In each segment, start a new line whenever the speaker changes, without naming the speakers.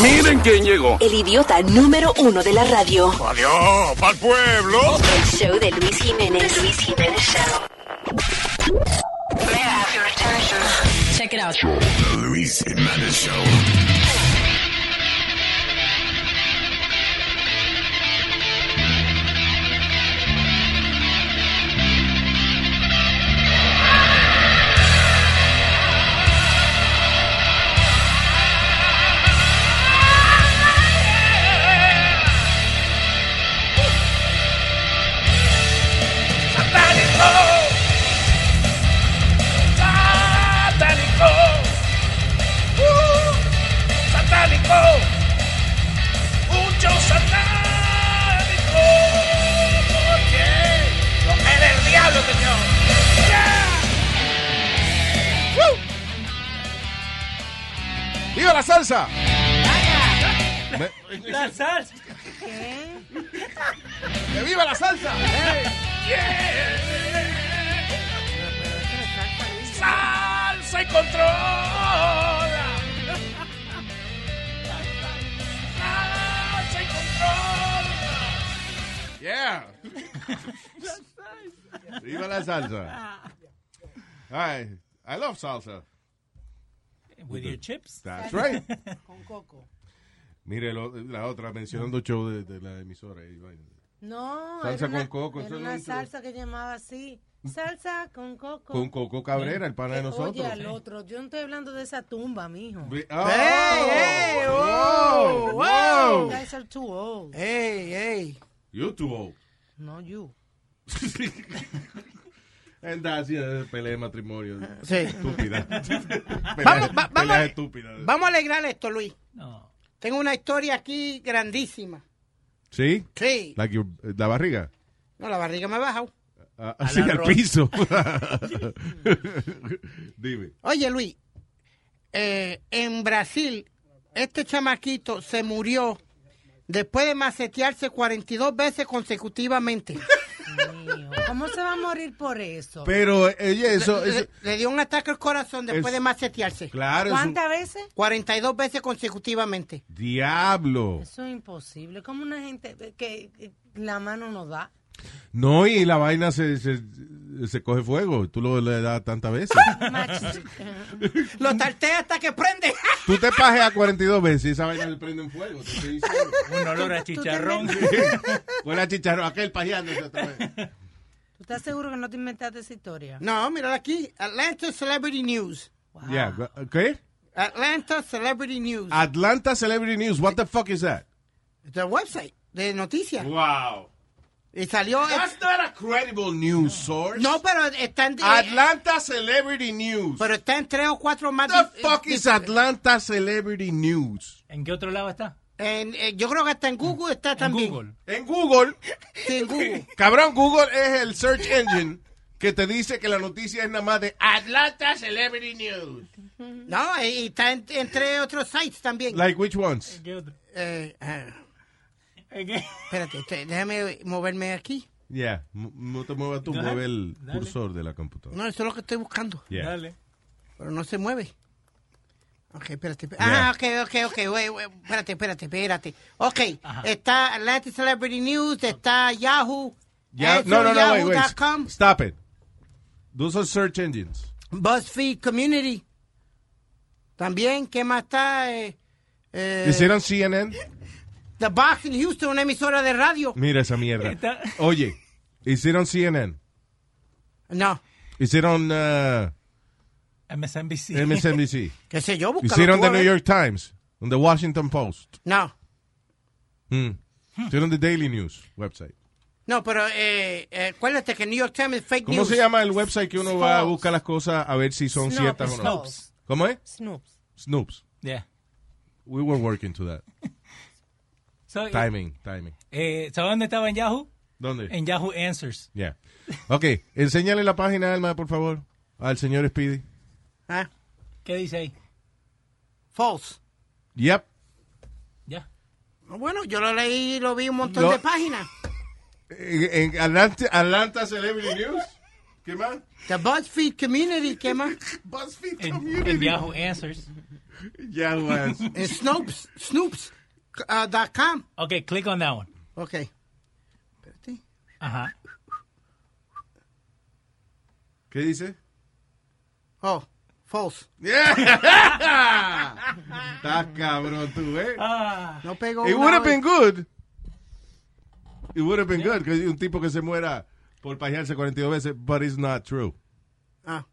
Miren quién llegó.
El idiota número uno de la radio.
Adiós, pa'l pueblo.
El show de Luis Jiménez. Luis Jiménez Show. May I have your attention? Check it out.
The Luis Jiménez Show.
Satánico. Uh, satánico. Un show satánico. Porque no eres el diablo, señor.
¡Viva la salsa! Me-
La salsa.
¡Que viva la salsa!
Salsa y controla. Salsa y controla.
Yeah. ¡Viva la salsa! Ay, I love salsa.
With your chips.
That's right.
Con coco.
Mire lo- la otra, mencionando show de, de la emisora. y vaina.
No.
Salsa
era
con
una-
coco, eso
Era
es
una
mucho.
salsa que llamaba así. Salsa con coco.
Con Coco Cabrera, el pana de nosotros.
Oye, al otro. Yo no estoy hablando de esa tumba, mijo.
Vi- Oh.
¡Ey, ey!
Wow, Eh.
¡Wow! ¡Wow!
You guys are too old.
Ey, ey.
You too old.
No, you.
And that's, yeah, pelea de matrimonio.
Sí.
Estúpida.
Vamos, va- vamos,
pelea
a-
estúpida.
vamos a alegrar esto, Luis.
No.
Tengo una historia aquí grandísima.
¿Sí?
Sí.
Like your- la barriga.
No, la barriga me ha bajado.
Ah, Así al
arroz.
piso. Dime.
Oye, Luis, eh, en Brasil, este chamaquito se murió después de macetearse 42 veces consecutivamente.
Mío. ¿Cómo se va a morir por eso?
Pero, oye, eso.
Le,
eso
le dio un ataque al corazón después
Es-
de macetearse.
claro, es un
¿Cuántas veces?
42 veces consecutivamente.
diablo.
Eso es imposible. Como una gente que que la mano no da.
No, y la vaina se, se, se coge fuego. Tú lo le das tantas veces.
Mach-
Mm.
Lo tartea hasta que prende.
Tú te pajeas 42 veces y esa vaina se prende en fuego. Te estoy diciendo.
Un olor a
tú
chicharrón.
Con la chicharrón, aquel pajeándose otra vez.
¿Tú estás seguro que no te inventaste esa historia?
No, mírala aquí. Atlanta Celebrity News.
Wow.
Yeah, ¿qué?
Atlanta Celebrity News.
Atlanta Celebrity News, what the fuck is that?
The website de noticias.
Wow.
Y salió.
not a credible news source.
No, pero está en.
Atlanta Celebrity News.
Pero está en tres o cuatro más.
What the
dif-
fuck
dif-
is Atlanta Celebrity News?
¿En qué otro lado está?
en- eh, yo creo que está en Google está
En
también.
Google.
En Google,
Sí, en Google.
cabrón, Google es el search engine que te dice que la noticia es nada más de ah, Atlanta Celebrity News.
No, y y está en, entre otros sites también.
Like which ones?
¿En qué otro?
Eh, ah,
¿En qué?
espérate, este, déjame moverme aquí.
Yeah, m- no te muevas tú,
Dale,
mueve el
dale.
cursor de la computadora.
No, eso es lo que estoy buscando.
Yeah.
Dale.
Pero no se mueve. Ok, espérate. espérate.
Ya.
Ah, ok, ok, ok. güey, güey, espérate, espérate, espérate. Ok, está Atlantic Celebrity News, está Yahoo.
Ya,
eh,
no, no, no, wait,
yahoo.com,
wait. Stop it. Those are search engines.
BuzzFeed Community. También, ¿qué más está? Eh, eh,
Is it on CNN?
The Box in Houston, una emisora de radio.
Mira esa mierda.
Está-
Oye, is it on CNN?
No,
Is it on uh,
MSNBC.
MSNBC?
qué sé yo,
Is
búscalo.
it on
tú,
the
a
New
ver.
York Times? On the Washington Post?
No,
Hmm. Is it on the Daily News website?
no, pero eh, eh, acuérdate que New York Times es fake
¿Cómo
news.
se llama el website que uno va a
Snopes.
buscar las cosas a ver si son
Snopes.
ciertas o no?
Snopes.
¿Cómo es?
Snoops.
Snoops.
Yeah.
We were working to that.
So, eh,
Timing, timing.
eh, ¿Sabes dónde estaba en Yahoo?
¿Dónde?
En Yahoo Answers.
Yeah. Ok, enséñale la página, Alma, por favor, al señor Speedy.
Ah,
¿Qué dice ahí?
false.
Yep.
Ya.
Bueno, yo lo leí, lo vi un montón
Lo-
de páginas.
En, en Atlanta, Atlanta Celebrity News. ¿Qué más?
The BuzzFeed Community, ¿qué más?
BuzzFeed
En,
Community.
en Yahoo Answers.
Ya, was.
Eh, Snopes, Snoops, uh, dot com.
Okay, click on that one.
Ok. Espérate.
Ajá.
¿Qué dice?
Oh, false.
Estás cabrón tú, eh.
Ah,
No pegó.
It
una
would have
hoy.
been good. It would have been good. Que un tipo que se muera por pajearse 42 veces, but it's not true.
Ah.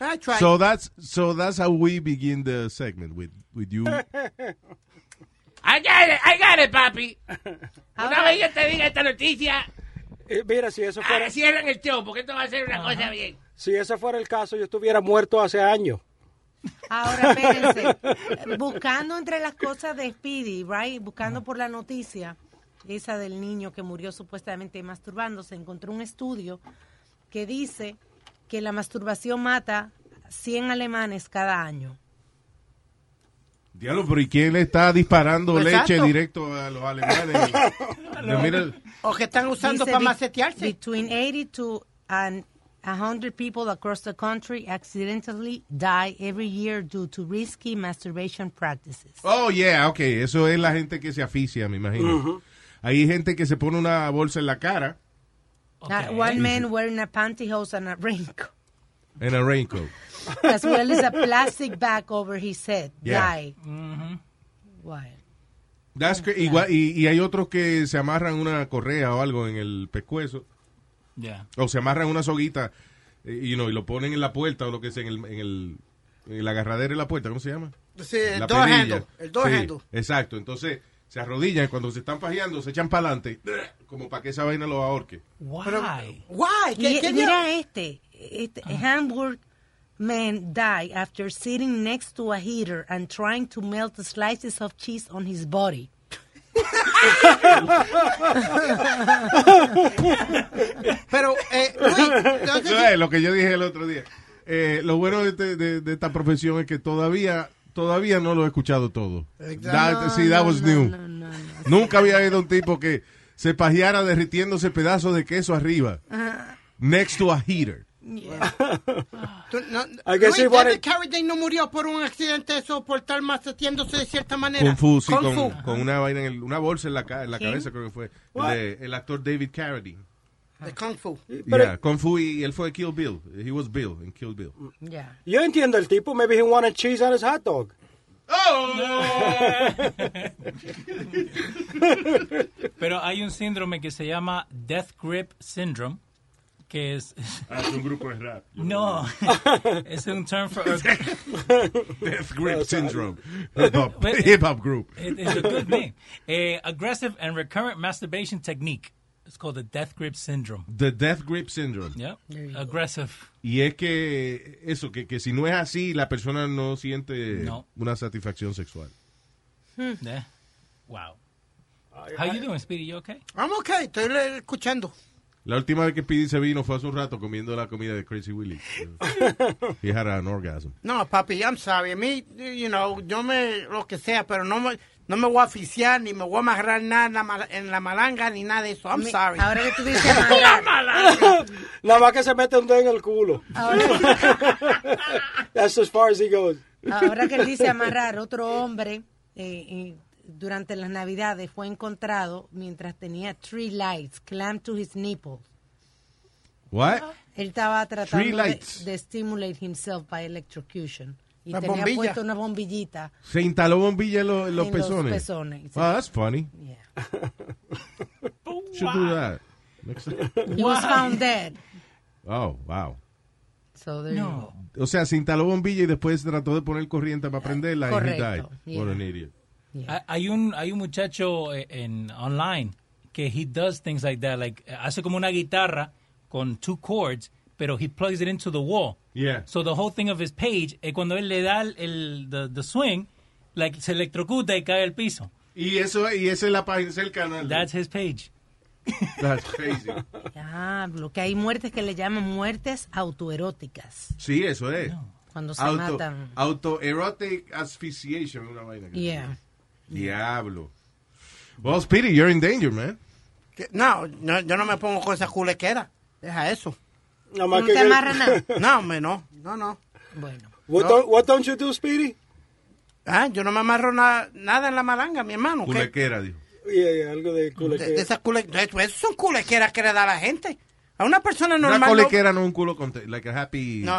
I tried.
So that's so that's how we begin the segment with with you.
I got it, I got it, papi. Una vez yo te diga esta noticia,
Eh, mira, si eso fuera,
ahora cierran el show, porque esto va a ser una cosa bien.
si ese fuera el caso, yo estuviera muerto hace años.
Ahora, espérense. Buscando entre las cosas de Speedy, right? Buscando por la noticia, esa del niño que murió supuestamente masturbándose, encontró un estudio que dice que la masturbación mata 100 alemanes cada año.
Diablo, pero ¿y quién le está disparando
Exacto.
leche directo a los alemanes? Yo, mira, eh,
O que están usando
Dice,
para
be-
macetearse.
Between 80 to an 100 people across the country accidentally die every year due to risky masturbation practices.
oh yeah, okay, eso es la gente que se aficia, me imagino. Hay gente que se pone una bolsa en la cara
Uh, one man wearing a pantyhose and a raincoat,
en a raincoat.
as well as a plastic bag over his head,
Yeah.
die. Why?
That's cra- igual- y, y hay otros que se amarran una correa o algo en el pescuezo
ya.
o se amarran una soguita eh, you know, y lo ponen en la puerta o lo que sea en el en el, en el agarradero de la puerta, ¿cómo se llama?
Sí, el
La
door
perilla.
handle. El door
Sí,
handle.
Exacto, entonces se arrodillan y cuando se están pajeando, se echan para adelante, como para que esa vaina los ahorque.
Why?
Why? ¿Qué,
Y-
qué
mira este, este Hamburg man died after sitting next to a heater and trying to melt the slices of cheese on his body.
dio? Pero, eh, Luis, no sé si-
Eso es lo que yo dije el otro día. Eh, lo bueno de, este- de- de esta profesión es que todavía todavía no lo he escuchado todo. That- sí, that was new.
No, no, no.
Nunca había habido un tipo que se pajeara derritiéndose pedazos de queso arriba.
Ah,
Next to a heater.
Tú- no,
I guess
Luis,
he wanted-
David Carradine no murió por un accidente eso, por estar maceteándose de cierta manera.
Kung Fu, sí,
Kung
con,
Fu.
con una vaina en el- una bolsa en la, ca- en la
¿Quién?
cabeza, creo que fue. El, de- el actor David Carradine.
De Kung Fu.
Pero
Yeah, Kung Fu y él fue Kill Bill. He was Bill en Kill Bill.
Yeah.
yo entiendo el tipo, maybe he wanted cheese on his hot dog.
Pero hay un síndrome que se llama Death Grip Syndrome, que es...
Hace Ah, un grupo de rap.
No, es un term for...
Death Grip Syndrome. Hip hop,
But-
hip -hop group.
It is a good name. Eh, aggressive and recurrent masturbation technique. It's called the death grip syndrome.
The Death Grip Syndrome.
Yeah. Aggressive.
Y es que eso, que, que si no es así, la persona no siente
No.
una satisfacción sexual.
Yeah. Wow. How you doing, Speedy? You okay?
I'm okay, estoy le- escuchando.
La última vez que Pidi se vino fue hace un rato comiendo la comida de Crazy Willy. He had an orgasm.
No, papi, I'm sorry. A mí, you know, yo me, lo que sea, pero no me, no me voy a oficiar, ni me voy a amarrar nada en la, mal- en la malanga, ni nada de eso. I'm
Me-
sorry.
Ahora que tú dices manga,
Nada más que se mete un dedo en el culo. That's as far as he goes.
ahora que él dice amarrar, otro hombre eh, eh, durante las navidades fue encontrado mientras tenía tree lights clamped to his nipples.
What?
Él estaba
Tree
tratando de,
lights.
de stimulate himself by electrocution. Y
Una
tenía
bombilla.
puesto una bombillita.
Se instaló bombilla en los, en los
En los
pezones.
pezones, sí.
Oh, that's funny.
Yeah.
Should do that. Next time.
He was found dead.
Oh, wow.
So there you go.
O sea, se instaló bombilla y después trató de poner corriente para prenderla y he died.
Eh, Correcto.
What
Yeah.
an idiot.
Ha- Hay un, hay un muchacho eh, en online que he does things like that. Like, eh, hace como una guitarra con two chords, pero he plugs it into the wall.
Yeah.
So the whole thing of his page, eh, cuando él le da el, el- the, the swing, like, se electrocuta y cae al piso.
Y eso, y esa es la página, ese es el canal.
That's his page.
That's crazy.
Diablo, que hay muertes que le llaman muertes autoeróticas.
Sí, eso es.
Cuando se
Auto,
matan.
autoerotic asphyxiation, una vaina. que-
Yeah.
Diablo. Well, Speedy, you're in danger, man.
Que- No, no, yo no me pongo cosas culequeras. Deja eso.
Nada
No
más que
te amarra nada.
No, hombre, no. No, no.
Bueno.
What, don't, what don't you do, Speedy?
Ah, yo no me amarro na- nada en la malanga, mi hermano. ¿qué?
Culequera, dijo.
Yeah, yeah, algo de culo.
De-
que-
de esas cule- de hecho, Esas son culequeras que le da a la gente. A una persona normal.
Una
no-
colequera no un culo contento. Like a happy.
No.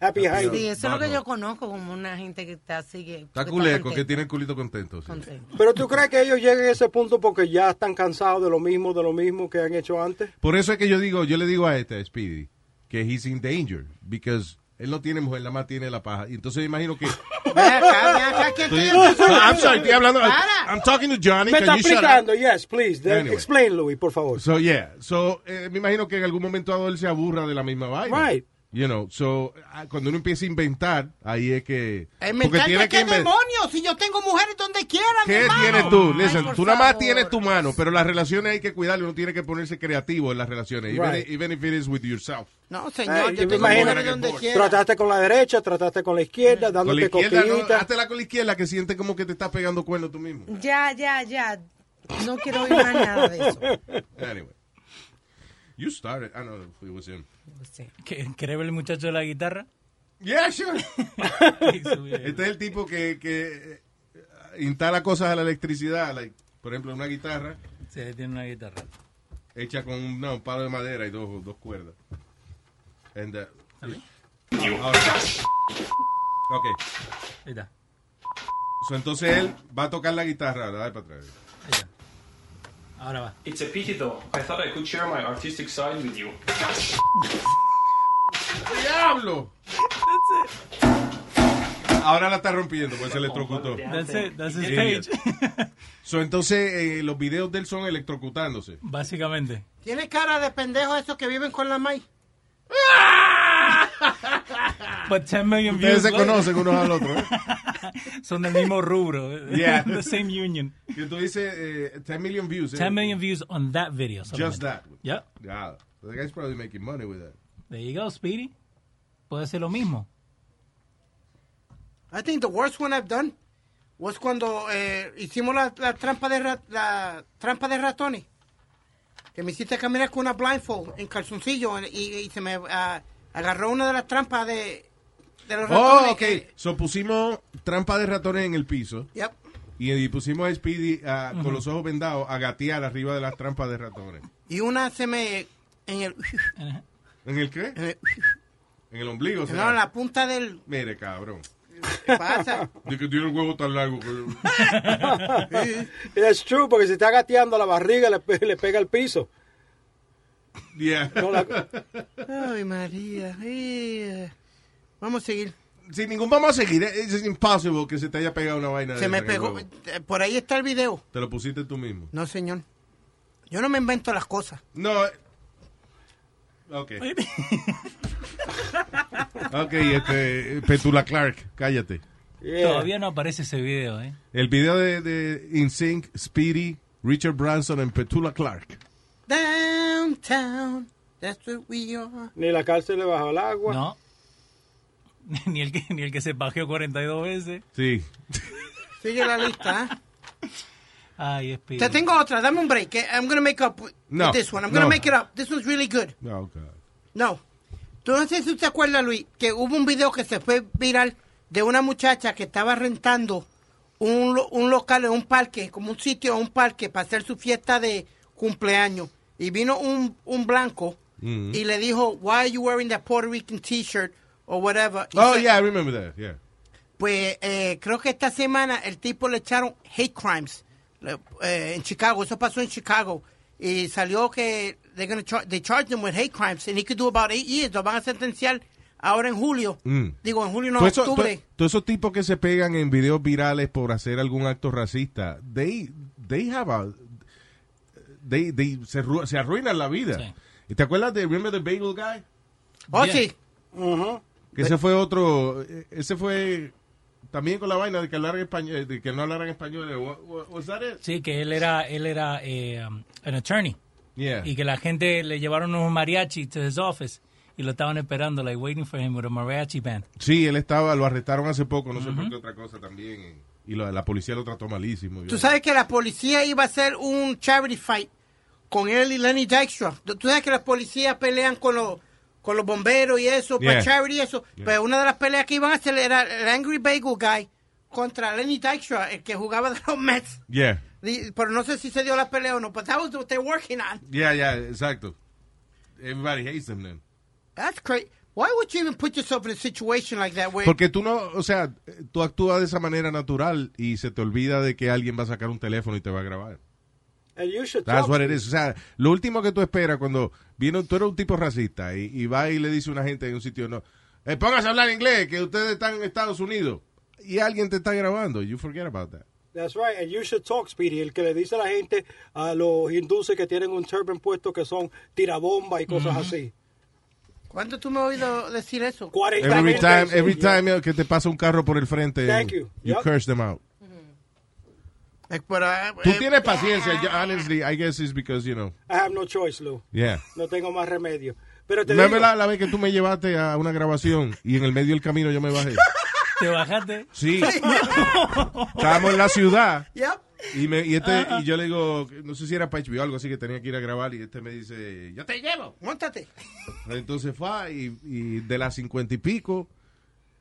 Happy High.
Sí, eso es lo
Vago.
que yo conozco, como una gente que está sigue.
Está culeco, que tiene el culito contento. sí.
Pero tú crees que ellos lleguen a ese punto porque ya están cansados de lo mismo, de lo mismo que han hecho antes.
Por eso es que yo digo, yo le digo a este, a Speedy, que he's in danger. Because él no tiene mujer, nada más tiene la paja. Y entonces imagino que.
Ve acá, ve acá, ¿quién te-
I'm sorry, estoy hablando. I'm talking to Johnny.
Me
can
está
you shut up?
explicando, yes, please. Then
Anyway.
Explain, Louis, por favor.
So, yeah. So, eh, me imagino que en algún momento dado él se aburra de la misma vaina.
Right.
You know, so, ah, cuando uno empieza a inventar, ahí es que...
Eh,
porque
mental, ¿de
tiene que
¿Qué
inven-
demonios? Si yo tengo mujeres donde quiera, mi
¿Qué
hermano.
tienes tú? Listen,
por
tú nada más
favor.
tienes tu mano, pero las relaciones hay que cuidarlas. Uno tiene que ponerse creativo en las relaciones, even,
Right.
even if it is with yourself.
No, señor,
Ay,
yo
yo
tengo
me imagino
mujeres
que
donde
por-
quiera.
Trataste con la derecha, trataste con la izquierda,
Con la
dándote
izquierda, no,
cosquillitas.
háztela con la izquierda que siente como que te está pegando cuerno tú mismo.
Ya, ya, ya. No quiero oír más nada de eso.
Anyway. You started. I know it was him.
Sí.
¿Qué- ¿Quiere ver el muchacho de la guitarra?
Yeah, sure.
Sí, subí ahí.
Este es el tipo que, que eh, instala cosas a la electricidad, like, por ejemplo, una guitarra
Sí, él tiene una guitarra.
hecha con una- un palo de madera y dos, dos cuerdas. And, uh, Ahora. Ok.
Ahí está.
So, entonces él va a tocar la guitarra, la da para atrás.
Ahí está. Ahora va.
It's a pity though. I thought I could share my artistic side with you.
¡Diablo! Ahora la está rompiendo, pues se electrocutó.
That's it, that's his
Idiot.
page.
So, entonces eh, los videos de él son electrocutándose.
Básicamente.
Tiene cara de pendejo esos que viven con la May.
But 10 million
Ustedes
views
se
later.
conocen unos al otro, ¿eh?
Son del mismo rubro. eh.
Yeah.
The same union.
Que tú dices eh, 10 million views. eh.
10 million views on that video.
Just
solamente.
that.
Yep.
Yeah. The guy's probably making money with that.
There you go, Speedy. Puede ser lo mismo.
I think the worst one I've done was cuando eh, hicimos la, la trampa de ra- la trampa de ratones. Que me hiciste caminar con una blindfold en calzoncillo y, y se me ah, agarró una de las trampas de, de los
Oh,
ratones.
ok. So pusimos trampa de ratones en el piso
Yep.
y, y pusimos a Speedy ah, con los ojos vendados a gatear arriba de las trampas de ratones.
Y una se me en el,
¿En el qué?
en el-
En el ombligo. o sea.
no, en la punta del
Mire, cabrón.
¿qué pasa.
De que tiene el huevo tan largo. que-
Es true, porque si está gateando la barriga, le, pe- le pega el piso.
Yeah.
No la-
Ay, María. ay. Vamos a seguir.
Sin ningún vamos a seguir. eh, Es es imposible que se te haya pegado una vaina. de
Se me
esa en el
pegó.
huevo.
eh, Por ahí está el video.
Te lo pusiste tú mismo.
No, señor. Yo no me invento las cosas.
No. eh, Ok. ok, este, Petula Clark, cállate.
Yeah.
Todavía no aparece ese video, ¿eh?
El video de, de InSync, Speedy, Richard Branson y Petula Clark.
Downtown, that's what we are.
Ni la cárcel le baja el agua.
No. Ni el que, ni el que se pajeó 42 veces.
Sí.
Sigue la lista. ¿eh?
Ay, Speedy.
Te tengo otra. Dame un break. eh. I'm going to make up with
No,
with this one. I'm going to
no.
make it up. This was really good.
No, God.
No. Tú no sé si te acuerdas, Luis, que hubo un video que se fue viral de una muchacha que estaba rentando un, lo- un local en un parque, como un sitio, un parque, para hacer su fiesta de cumpleaños. Y vino un, un blanco
Mm.
y le dijo, why are you wearing that Puerto Rican t-shirt or whatever? Y
Oh,
se-
yeah, I remember that, yeah.
Pues eh, creo que esta semana el tipo le echaron hate crimes le- eh, en Chicago. Eso pasó en Chicago. Y salió que they're gonna char- they charged him with hate crimes and he could do about eight years. Lo van a sentenciar ahora en julio.
Mm.
Digo, en julio no,
Todo eso-
octubre.
todo- Todos esos tipos que se pegan en videos virales por hacer algún acto racista, they, they have a- they- they- se, arru- se arruinan la vida.
Sí.
¿Y ¿Te acuerdas de Remember the Bagel Guy?
Oh,
Bien.
sí.
Que ese fue otro, eh, ese fue también con la vaina de que, hablar español, eh, de que no hablaran español. What- what- was that it?
Sí, que él era, él era eh, um, an attorney.
Yeah.
Y que la gente le llevaron un mariachi to his office. Y lo estaban esperando, like waiting for him with a mariachi band.
Sí, él estaba, lo arrestaron hace poco, no sé por qué otra cosa también. eh, Y lo- la policía lo trató malísimo.
Tú sabes que la policía iba a hacer un charity fight con él y Lenny Dykstra. Tú tú sabes que las policías pelean con los, con los bomberos y eso, para
Yeah.
charity y eso. Pero una de las peleas que iban a hacer era el Angry Bagel Guy contra Lenny Dykstra, el que jugaba de los Mets.
Yeah.
Di- Pero no sé si se dio la pelea o no, but that was what they're working on.
Yeah, yeah, exacto. Everybody hates them then.
That's crazy. Why would you even put yourself in a situation like that
Pues
where...
Porque tú no, o sea, tú actúas de esa manera natural y se te olvida de que alguien va a sacar un teléfono y te va a grabar.
And you should
That's
talk
what
to-
it is. O sea, lo último que tú esperas cuando viene, tú eres un tipo racista y, y va y le dice a una gente en un sitio, no, eh, póngase a hablar inglés, que ustedes están en Estados Unidos y alguien te está grabando. You forget about that.
That's right, and you should talk, Speedy. El que le dice a la gente, a los hindúes que tienen un turban puesto que son tirabomba y cosas
Mm-hmm.
así.
¿Cuándo tú me has oído decir eso?
40
Every
mil
time,
veces.
every time que te pasa un carro por el frente,
Thank you. Yep.
curse them out.
Eh, pero, eh,
Tú
Pues,
eh,
tienes
ah.
paciencia. yo- honestly, I guess it's because, you know,
I have no choice, Lou.
yeah.
No tengo más remedio. Pero te
Remember
digo,
la, la vez que tú me llevaste a una grabación y en el medio del camino yo me bajé.
Te bajaste.
Sí. Estábamos en la ciudad
Yep.
y me y este y yo le digo, no sé si era para HBO o algo así que tenía que ir a grabar y este me dice, "Yo te llevo."
Móntate.
Entonces fue y, y de las cincuenta y pico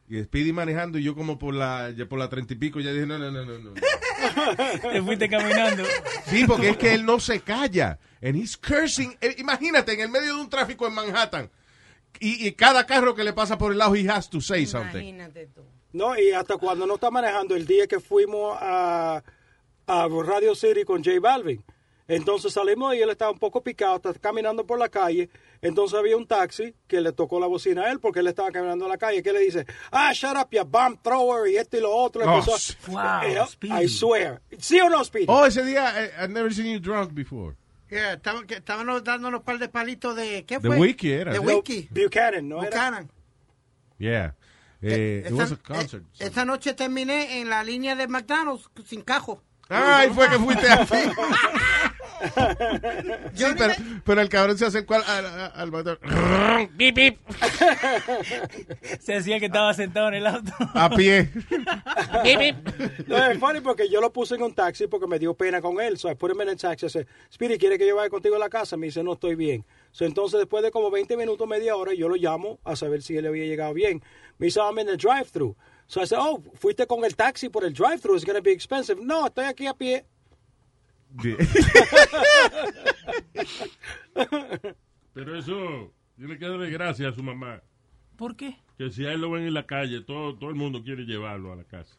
y Speedy manejando y yo como por la ya por la treinta y pico ya dije, "No, no, no, no, no."
Te fuiste caminando.
Sí, porque es que él no se calla. And he's cursing. Eh, Imagínate, en el medio de un tráfico en Manhattan. Y, y cada carro que le pasa por el lado, he has to say something.
Imagínate tú.
no, y hasta cuando no está manejando, el día que fuimos a, a Radio City con J Balvin. Entonces salimos y él estaba un poco picado, estaba caminando por la calle. Entonces había un taxi que le tocó la bocina a él porque él estaba caminando en la calle. Que le dice, ah, shut up, you bomb thrower, y esto y lo otro.
Oh,
Empezó a-
s-
wow,
Eh,
Speedy.
I swear. ¿Sí o no, Speedy?
Oh, ese día, eh, I've never seen you drunk before.
Yeah, estaban, que estaban dándonos un par de palitos de... ¿Qué
De
fue?
wiki era,
De
sí.
No,
wiki.
Buchanan, ¿no? era?
Buchanan.
Yeah. Eh, it
Esa-
was a concert.
eh, esa noche terminé en la línea de McDonald's sin cajo.
Ay, fue que fuiste así.
Yo ni
Pero,
me-
pero el cabrón se acercó al, al, al- al matador.
Bip, bip.
Se decía que estaba sentado en el auto.
A pie.
Bip, bip.
No, es funny porque yo lo puse en un taxi porque me dio pena con él. So I put him in a taxi. I said, Speedy, ¿quiere que yo vaya contigo a la casa? Me dice, no estoy bien. So entonces, después de como 20 minutos, media hora, yo lo llamo a saber si él había llegado bien. Me dice, I'm in the drive-thru. So I said, oh, fuiste con el taxi por el drive-thru. It's going to be expensive. No, estoy aquí a pie.
Pero eso tiene que darle gracias a su mamá.
¿Por qué?
Que si a él lo ven en la calle, todo, todo el mundo quiere llevarlo a la casa.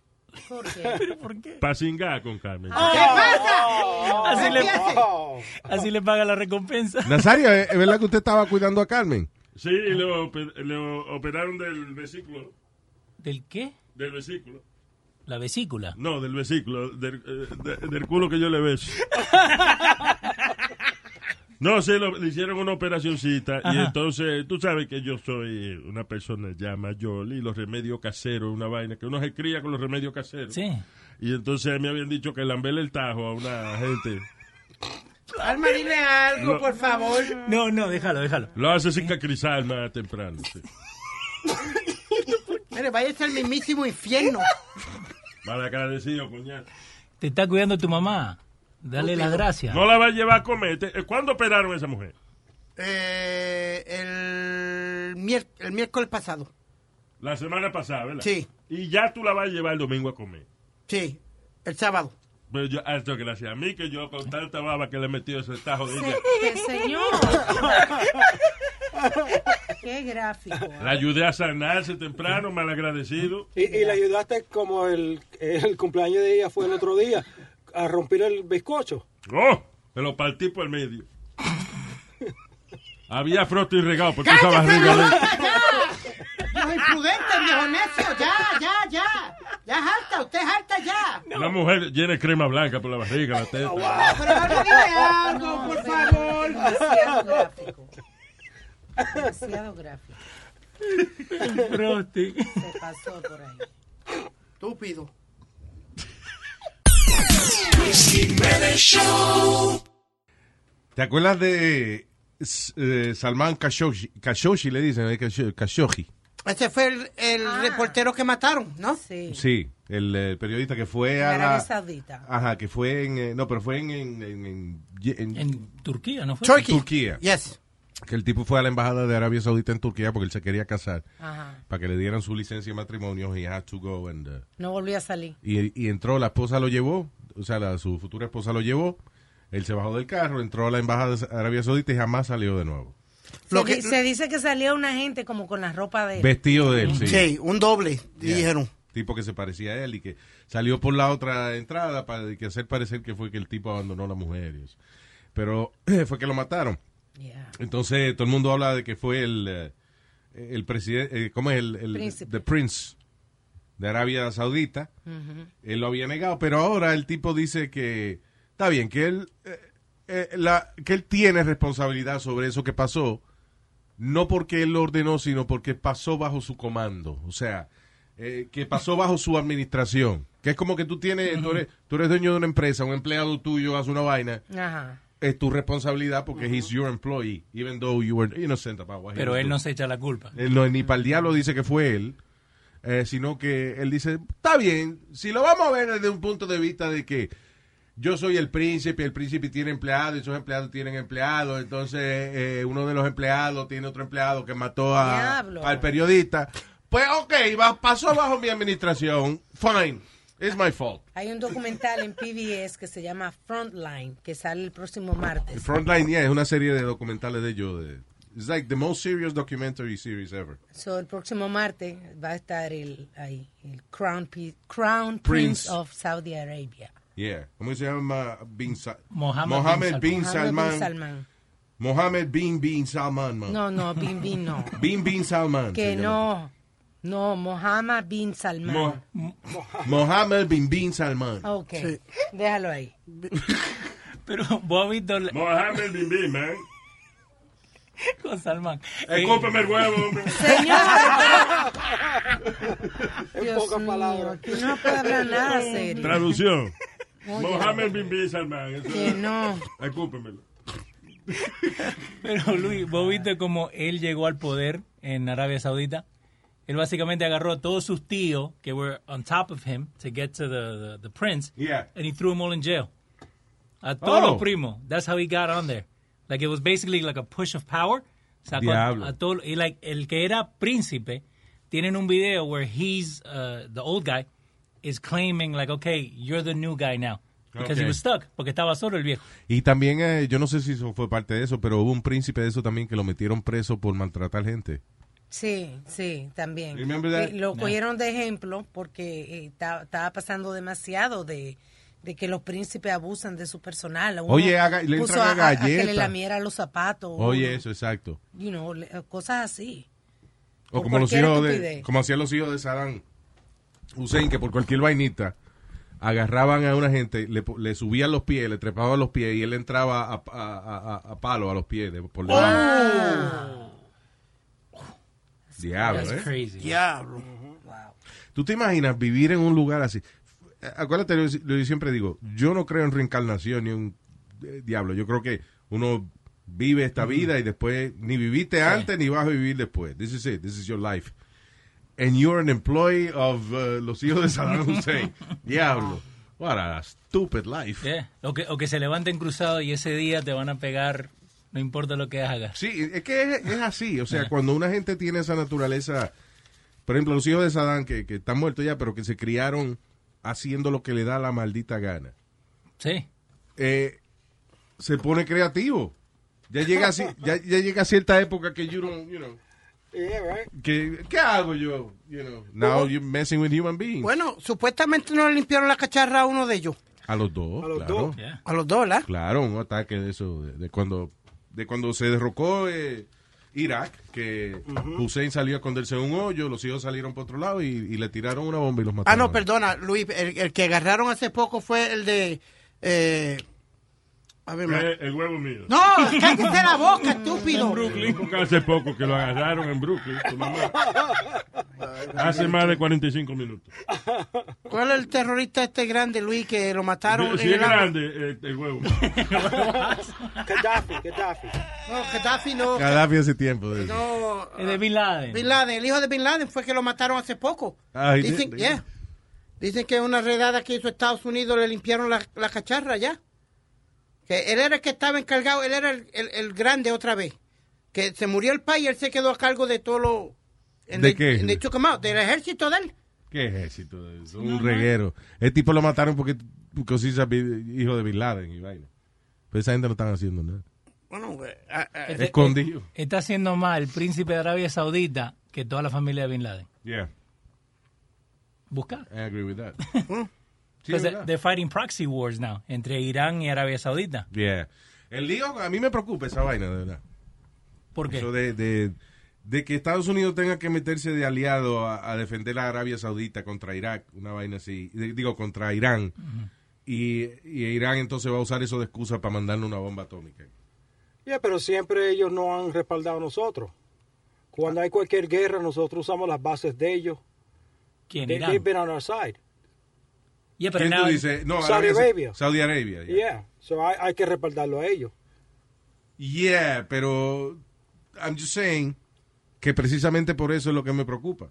¿Por qué?
¿Por qué?
Para cingar con Carmen.
Así le,
Oh.
así le paga la recompensa.
Nazario, eh, ¿es es verdad que usted estaba cuidando a Carmen?
Sí, y lo, ope- lo operaron del vesículo.
¿Del qué?
Del vesículo.
La vesícula.
No, del vesículo. Del, eh, de- del culo que yo le beso. No, sí, lo- le hicieron una operacioncita y
Ajá.
entonces tú sabes que yo soy una persona ya mayor y los remedios caseros, una vaina que uno se cría con los remedios caseros.
Sí.
Y entonces me habían dicho que lambele el tajo a una gente.
Alma, dile algo,
Lo-
por favor.
No, no, déjalo, déjalo.
Lo hace cicatrizar más temprano. sí.
Mire, váyase al mismísimo infierno.
Mal agradecido, coñazo.
Te está cuidando tu mamá. Dale las gracias.
No la va a llevar a comer. Te- eh, ¿Cuándo operaron a esa mujer?
Eh, el, mier- el miércoles pasado.
La semana pasada, ¿verdad?
Sí.
Y ya tú la vas a llevar el domingo a comer.
Sí, el sábado.
Pero yo, ah, esto gracias a mí que yo con tanta baba que le he metido ese tajo de ella,
Se- señor. Qué gráfico.
la ayudé a sanarse temprano, mal agradecido.
Y, y le ayudaste como el, el cumpleaños de ella fue el otro día a romper el bizcocho.
¡Oh! Me lo partí por el medio. Había froto y regado porque esa barriga de...
Dios imprudente, viejo necio. Ya, ya, ya. Ya es alta, usted es alta ya.
Una mujer llena de crema blanca por la barriga, la teta.
Pero alma, dile algo, por favor.
Demasiado gráfico. Demasiado gráfico.
Prosti.
Se pasó por ahí.
Estúpido.
¿Te acuerdas de eh, Salman Khashoggi? Khashoggi le dicen, eh, Khasho- Khashoggi.
Ese fue el, el
Ah.
reportero que mataron, ¿no?
Sí.
Sí, el, eh, periodista que fue a
En Arabia
la...
Saudita.
Ajá, que fue en... eh, no, pero fue en... en, en- en- en-
En Turquía, ¿no fue?
Turkey.
Turquía.
Yes.
que el tipo fue a la embajada de Arabia Saudita en Turquía porque él se quería casar
Ajá.
para que le dieran su licencia de matrimonio he had to go and uh,
No volví a salir.
y, y entró, la esposa lo llevó, o sea, la- su futura esposa lo llevó, él se bajó del carro, entró a la embajada de Arabia Saudita y jamás salió de nuevo.
Se, di- se dice que salía una gente como con la ropa de él.
Vestido de él, sí.
Sí, un doble, dijeron.
Tipo que se parecía a él y que salió por la otra entrada para que hacer parecer que fue que el tipo abandonó a la mujer. y eso. Pero fue que lo mataron.
Yeah.
Entonces todo el mundo habla de que fue el, eh, el presidente, eh, ¿cómo es? El, el-
Príncipe.
the Prince de Arabia Saudita.
Ujú.
Él lo había negado, pero ahora el tipo dice que está bien, que él, eh, eh, la, que él tiene responsabilidad sobre eso que pasó, no porque él lo ordenó, sino porque pasó bajo su comando, o sea, eh, que pasó bajo su administración, que es como que tú tienes, tú eres, tú eres dueño de una empresa, un empleado tuyo hace una vaina,
Ajá.
es tu responsabilidad porque he's your employee, even though you were innocent about what he
Pero
was
él
doing.
no se echa la culpa.
Él Eh, no, ni para el diablo dice que fue él, eh, sino que él dice, está bien, si lo vamos a ver desde un punto de vista de que yo soy el príncipe, el príncipe tiene empleado, y esos empleados tienen empleados, entonces eh, uno de los empleados tiene otro empleado que mató a,
Diablo.
al periodista. Pues ok, va- pasó bajo mi administración, fine, it's my fault.
Hay un documental en PBS que se llama Frontline, que sale el próximo martes.
Frontline, yeah, es una serie de documentales de ellos. de- It's like the most serious documentary series ever.
So, el próximo martes va a estar el, ahí, el Crown, Pi- Crown
Prince.
Prince. of Saudi Arabia.
Yeah. ¿Cómo se llama? Bin Sa-
Mohammed
Mohammed
bin
bin
Mohammed
Salman.
bin Salman.
Mohammed Bin Bin Salman, man.
No, no, Bin Bin no.
Bin Bin Salman.
que
se llama.
no. No, Mohammed bin Salman.
Mo- Mohammed Bin Bin Salman.
ok, déjalo ahí.
Pero vos has visto la-
Mohamed Bin Bin, man.
con Salman. Eh,
Escúpeme el huevo, hombre.
En
Dios
pocas
mío,
palabras.
aquí no puede hablar nada serio.
Traducción. Mohamed Bin Bin Salman. Eso
Que
es.
no.
Escúpemelo.
Pero Luis, vos viste cómo él llegó al poder en Arabia Saudita. Él básicamente agarró a todos sus tíos que were on top of him to get to the, the, the prince,
Yeah.
and he threw them all in jail. A todos
Oh.
los primos. That's how he got on there. Like it was basically like a push of power. Sacó
Diablo.
a, a todo, y like el que era príncipe, tienen un video where he's uh, the old guy is claiming like, okay, you're the new guy now because
Okay.
he was stuck porque estaba solo el viejo.
Y también, eh, yo no sé si eso fue parte de eso, pero hubo un príncipe de eso también que lo metieron preso por maltratar gente.
Sí, sí, también.
Remember that?
Eh, Lo cogieron de ejemplo porque eh, ta- estaba pasando demasiado de, de que los príncipes abusan de su personal. Uno
Oye, haga- le
puso
entran a
a, a- a que
galleta.
le lamiera los zapatos.
Oye,
uno,
eso, exacto.
you know, le- eh, cosas así.
O
Por
como los
cualquier
hijos de,
estupidez.
como hacían los hijos de Saddam Hussein, que por cualquier vainita agarraban a una gente, le, po- le subían los pies, le trepaban los pies y él entraba a, a- a- a- a palo a los pies de- por debajo.
Oh.
Diablo,
Ah. That's
¿eh?
crazy.
Diablo.
¿Tú te imaginas vivir en un lugar así? Acuérdate, lo, lo yo siempre digo, yo no creo en reencarnación ni en eh, diablo. Yo creo que uno vive
Mm.
esta vida y después ni viviste antes ni vas a vivir después. This is it. This is your life. And you're an employee of uh, los hijos de Saddam Hussein. diablo. What a stupid life.
Yeah. O, que, o que se levanten cruzados y ese día te van a pegar, no importa lo que hagas.
Sí, es que es, es así. O sea, cuando una gente tiene esa naturaleza, por ejemplo, los hijos de Saddam que, que están muertos ya, pero que se criaron haciendo lo que le da la maldita gana.
Sí.
eh, se pone creativo. Ya llega, a ci- ya, ya llega a cierta época que you don't, you know,
Yeah, right.
que, ¿qué hago yo? You know, now you're messing with human beings.
Bueno, supuestamente no le limpiaron la cacharra a uno de ellos.
a los dos,
A los
claro.
dos.
Yeah.
A los dos, ¿verdad?
Claro, un ataque de eso, de, de cuando de cuando se derrocó eh, Irak, que Hussein salió a esconderse en un hoyo, los hijos salieron por otro lado y, y le tiraron una bomba y los
Ah,
mataron.
no, perdona, Luis, el, el que agarraron hace poco fue el de... eh, a ver, ma-
Eh, el huevo mío.
No, cállate la boca, estúpido.
Brooklyn, porque hace poco que lo agarraron en Brooklyn, tu mamá. Hace más de 45 minutos.
¿Cuál es el terrorista este grande, Luis, que lo mataron?
Si
en
es
el agua?
grande, eh, el huevo.
Gaddafi, Gaddafi.
No, Gaddafi no.
Gaddafi pues. hace tiempo. de eso.
no, ah,
Es de Bin Laden.
Bin Laden, el hijo de Bin Laden fue que lo mataron hace poco.
Ah, he
Dicen,
did-
yeah. Dicen que una redada que hizo Estados Unidos le limpiaron la, la cacharra ya. Que él era el que estaba encargado, él era el, el- el grande otra vez. que se murió el país y él se quedó a cargo de todo lo... and
¿De
they-
qué?
and they took him out, del ejército de él.
¿Qué ejército? Es un reguero. El tipo lo mataron porque cosita hijo de Bin Laden y vaina. Pero esa gente no están haciendo nada.
Bueno, eh, ah, ah,
Este-
Escondido.
Está haciendo más el príncipe de Arabia Saudita que toda la familia de Bin Laden.
Yeah,
Busca.
I agree with that. Sí,
Because
¿verdad?
they're fighting proxy wars now entre Irán y Arabia Saudita.
Yeah. El lío, a mí me preocupa esa vaina, de verdad.
¿Por qué?
Eso de, de- de que Estados Unidos tenga que meterse de aliado a, a defender a Arabia Saudita contra Irak, una vaina así, de- digo, contra Irán. y, y Irán entonces va a usar eso de excusa para mandarle una bomba atómica.
Ya, pero siempre ellos no han respaldado a nosotros. Cuando hay cualquier guerra, nosotros usamos las bases de ellos.
¿Quién?
They,
Irán.
they've been on our side.
Yeah, pero
¿Quién tú
now-
dices? No,
Saudi
Sa-
Arabia.
Saudi Arabia,
Yeah.
yeah.
So hay, hay que respaldarlo a ellos.
Yeah, pero I'm just saying que precisamente por eso es lo que me preocupa.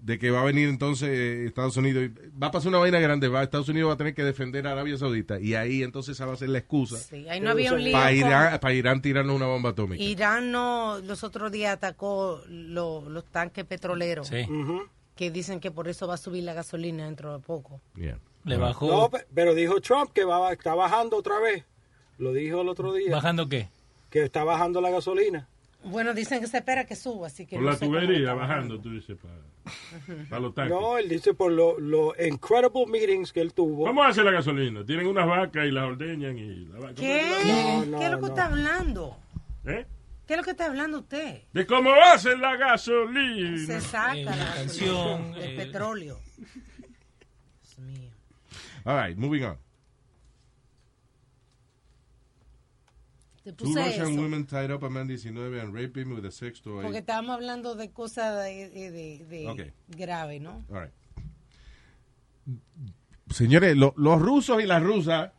De que va a venir entonces eh, Estados Unidos, y- va a pasar una vaina grande, va Estados Unidos va a tener que defender a Arabia Saudita y ahí entonces esa va a ser la excusa
Sí, ahí no había un lío.
para
con-
Irán, para Irán tirarnos una bomba atómica.
Irán no, los otros días atacó lo- los tanques petroleros,
Sí.
Ujú.
que dicen que por eso va a subir la gasolina dentro de poco.
Yeah.
Le bajó.
No, pe- pero dijo Trump que va, está bajando otra vez. Lo dijo el otro día.
¿Bajando qué?
Que está bajando la gasolina.
Bueno, dicen que se espera que suba, así que
Por
no
la
sé cómo
tubería
está
bajando, tú dices, para los tanques.
No, él dice por los lo incredible meetings que él tuvo.
¿Cómo hace la gasolina? Tienen unas vacas y las ordeñan y la vaca.
¿Qué?
No, no,
¿Qué es lo que
no.
está hablando?
¿Eh?
¿Qué es lo que está hablando usted?
De cómo hacen la gasolina.
Se saca
Eh,
la
la
canción,
canción,
del
eh.
petróleo. Dios mío.
All right, moving on.
Te
Two
puse
Russian
eso,
women tied up a man 19 and raped him with a sex toy.
porque estábamos hablando de cosas de, de- de-
Ok.
grave, ¿no?
All right. Señores, lo- los rusos y las rusas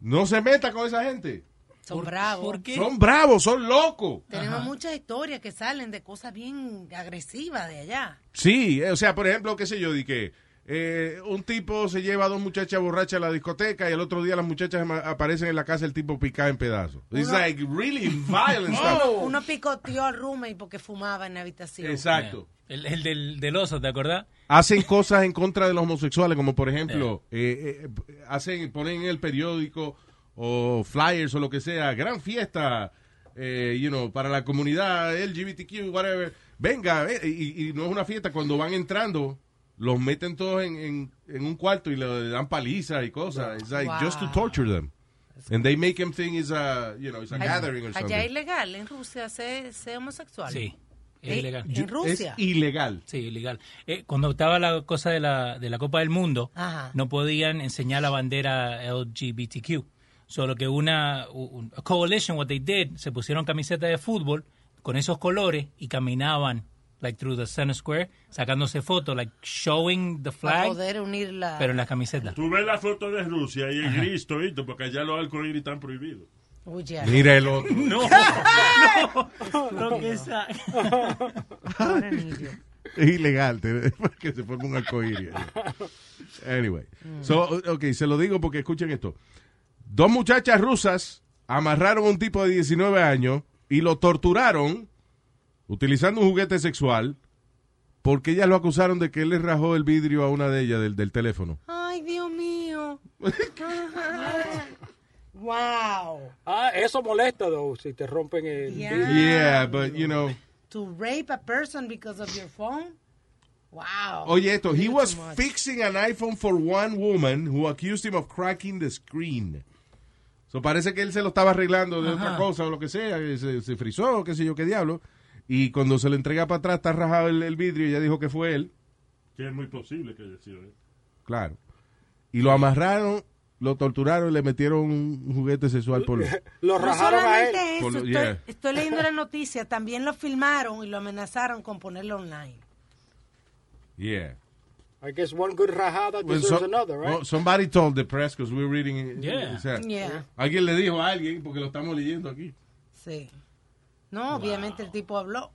no se metan con esa gente.
Son bravos.
¿Por qué?
Son bravos, son locos.
Tenemos muchas historias que salen de cosas bien agresivas de allá.
Sí, eh, o sea, por ejemplo, qué sé yo, di que eh, un tipo se lleva a dos muchachas borrachas a la discoteca y al otro día las muchachas ama- aparecen en la casa el tipo picado en pedazos. It's like really violent stuff.
Uno picoteó al roommate porque fumaba en la habitación.
Exacto.
El, el del, del oso, ¿te acordás?
Hacen cosas en contra de los homosexuales, como por ejemplo, eh, eh, hacen, ponen en el periódico o flyers o lo que sea, gran fiesta, eh, you know, para la comunidad LGBTQ, whatever. Venga, eh, y, y no es una fiesta, cuando van entrando, los meten todos en, en- en un cuarto y le dan paliza y cosas. It's like just to
Wow.
torture them. And they make them think it's a, you know, it's a gathering or
Allá es
something.
ilegal en Rusia ser, ser homosexual.
Sí. Es
Eh,
ilegal.
en Rusia.
Es ilegal.
Sí, ilegal. Eh, cuando estaba la cosa de la, de la Copa del Mundo,
Ajá.
no podían enseñar la bandera LGBTQ. Solo que una un- a coalition, what they did, se pusieron camisetas de fútbol con esos colores y caminaban like through the center square, sacándose fotos, like showing the
Para
flag,
poder unir la...
pero en las camisetas.
Tú ves la foto de Rusia y es gris todito, porque allá los arcoíris están prohibidos.
Uy, ya.
Mira el otro.
No, no, lo que esa-
Ahora ni yo.
Es ilegal te- que se forme un arcoíris. Anyway. So, ok, se lo digo porque escuchen esto. Dos muchachas rusas amarraron a un tipo de 19 años y lo torturaron utilizando un juguete sexual porque ellas lo acusaron de que él le rajó el vidrio a una de ellas del, del teléfono.
Ay, Dios mío. wow.
Ah, eso molesta, though, si te rompen el...
Yeah.
Yeah, but you know.
To rape a person because of your phone? Wow.
Oye, esto. He
Too
was
much.
fixing an iPhone for one woman who accused him of cracking the screen. So parece que él se lo estaba arreglando de otra cosa o lo que sea. y Se, se frizó, o qué sé yo, qué diablo. Y cuando se lo entrega para atrás, está rajado el, el vidrio y ya dijo que fue él.
Que es muy posible que haya sido. ¿eh?
Claro. Y lo amarraron, lo torturaron y le metieron un juguete sexual por lo.
Lo
No
rajaron a él.
solamente eso,
Por lo-
estoy,
yeah.
estoy leyendo la noticia, también lo filmaron y lo amenazaron con ponerlo online.
Yeah.
I guess one good rajada
Well,
deserves
so-
another, right?
oh, somebody told the press because we're reading. it.
Yeah.
O sea,
Yeah.
Alguien le dijo a alguien porque lo estamos leyendo aquí.
Sí. No, obviamente el tipo habló.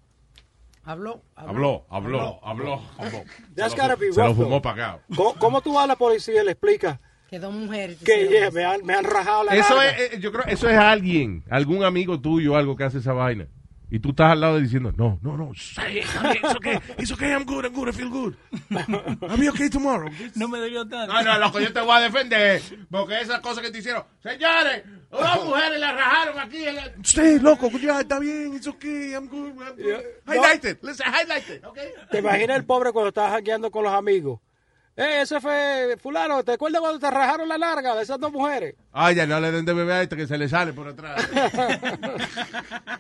Habló, habló.
Habló, habló, habló, habló.
That's
Se lo-
gotta be
Se lo
rough,
fumó
though.
pagado.
¿Cómo, cómo tú vas a la policía y le explicas
Que dos mujeres.
que
hicieron
yeah,
eso?
me, han, me han rajado la
Eso eh,
nalga?
es, eh, yo creo, eso es alguien, algún amigo tuyo, algo que hace esa vaina. Y tú estás al lado diciendo, no, no, no, shh, it's okay, it's okay, I'm good, I'm good, I feel good. I'll be okay tomorrow.
No me debió tanto.
No, no, loco, yo te voy a defender. Porque esas cosas que te hicieron, señores, dos mujeres la rajaron aquí. En la... Sí, loco, ya está bien, it's okay, I'm good, I'm good. Highlight it, listen, highlight it, okay.
¿Te imaginas el pobre cuando estaba hackeando con los amigos? Eh, ese fue fulano, ¿te acuerdas cuando te rajaron la larga de esas dos mujeres?
Ay, Ah, ya no le den de bebé a este que se le sale por atrás.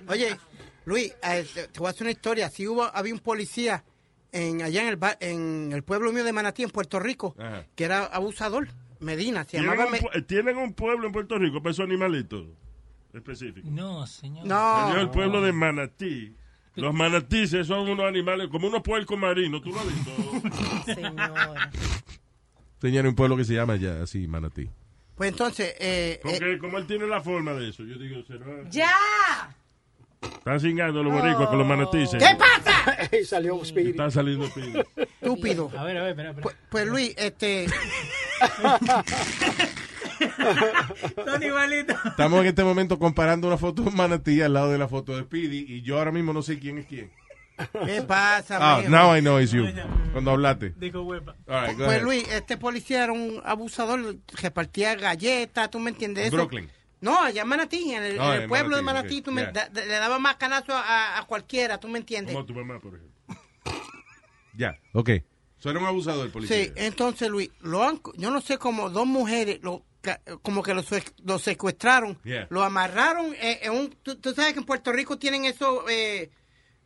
Oye, Luis, eh, te, te voy a hacer una historia. Si hubo, había un policía en, allá en el, ba- en el pueblo mío de Manatí, en Puerto Rico,
Ajá.
que era abusador. Medina, se
¿Tienen
llamaba...
un,
Me-
pue- tienen un pueblo en Puerto Rico para esos animalitos específicos.
No, señor.
No.
Yo, el pueblo de Manatí. Los manatíes son unos animales como unos puercos marinos, tú lo has visto.
Señora.
Señor, un pueblo que se llama ya así, Manatí.
Pues entonces, eh, eh,
Porque como él tiene la forma de eso, yo digo, será-
¡Ya!
Están cingando los boricuas con los manatíes.
¿qué pasa?
y salió Speedy.
Están saliendo pinos.
Estúpido.
A ver, a ver, espera, espera.
Pues, pues, Luis, este,
Son igualitos.
Estamos en este momento comparando una foto de Manatí al lado de la foto de Speedy y yo ahora mismo no sé quién es quién.
¿qué pasa?
Ah,
mijo?
now I know it's you. Cuando hablaste.
Dijo huepa.
All right, go
Pues
ahead.
Luis, este policía era un abusador, repartía galletas, ¿tú me entiendes?
En
Eso?
Brooklyn.
No, allá en Manatí, en el,
Ah,
en el
en
pueblo de
Manatí,
Manatí,
ok,
tú me-
yeah.
da- da- le daba más canazo a, a cualquiera, ¿tú me entiendes?
Como tu mamá, por ejemplo.
Ya, ok. Suena un abusador, policía.
Sí, entonces Luis, lo han- yo no sé cómo dos mujeres, lo, ca- como que lo, sec- lo secuestraron,
Yeah.
lo amarraron eh, en un... Tú, tú sabes que en Puerto Rico tienen eso, eh,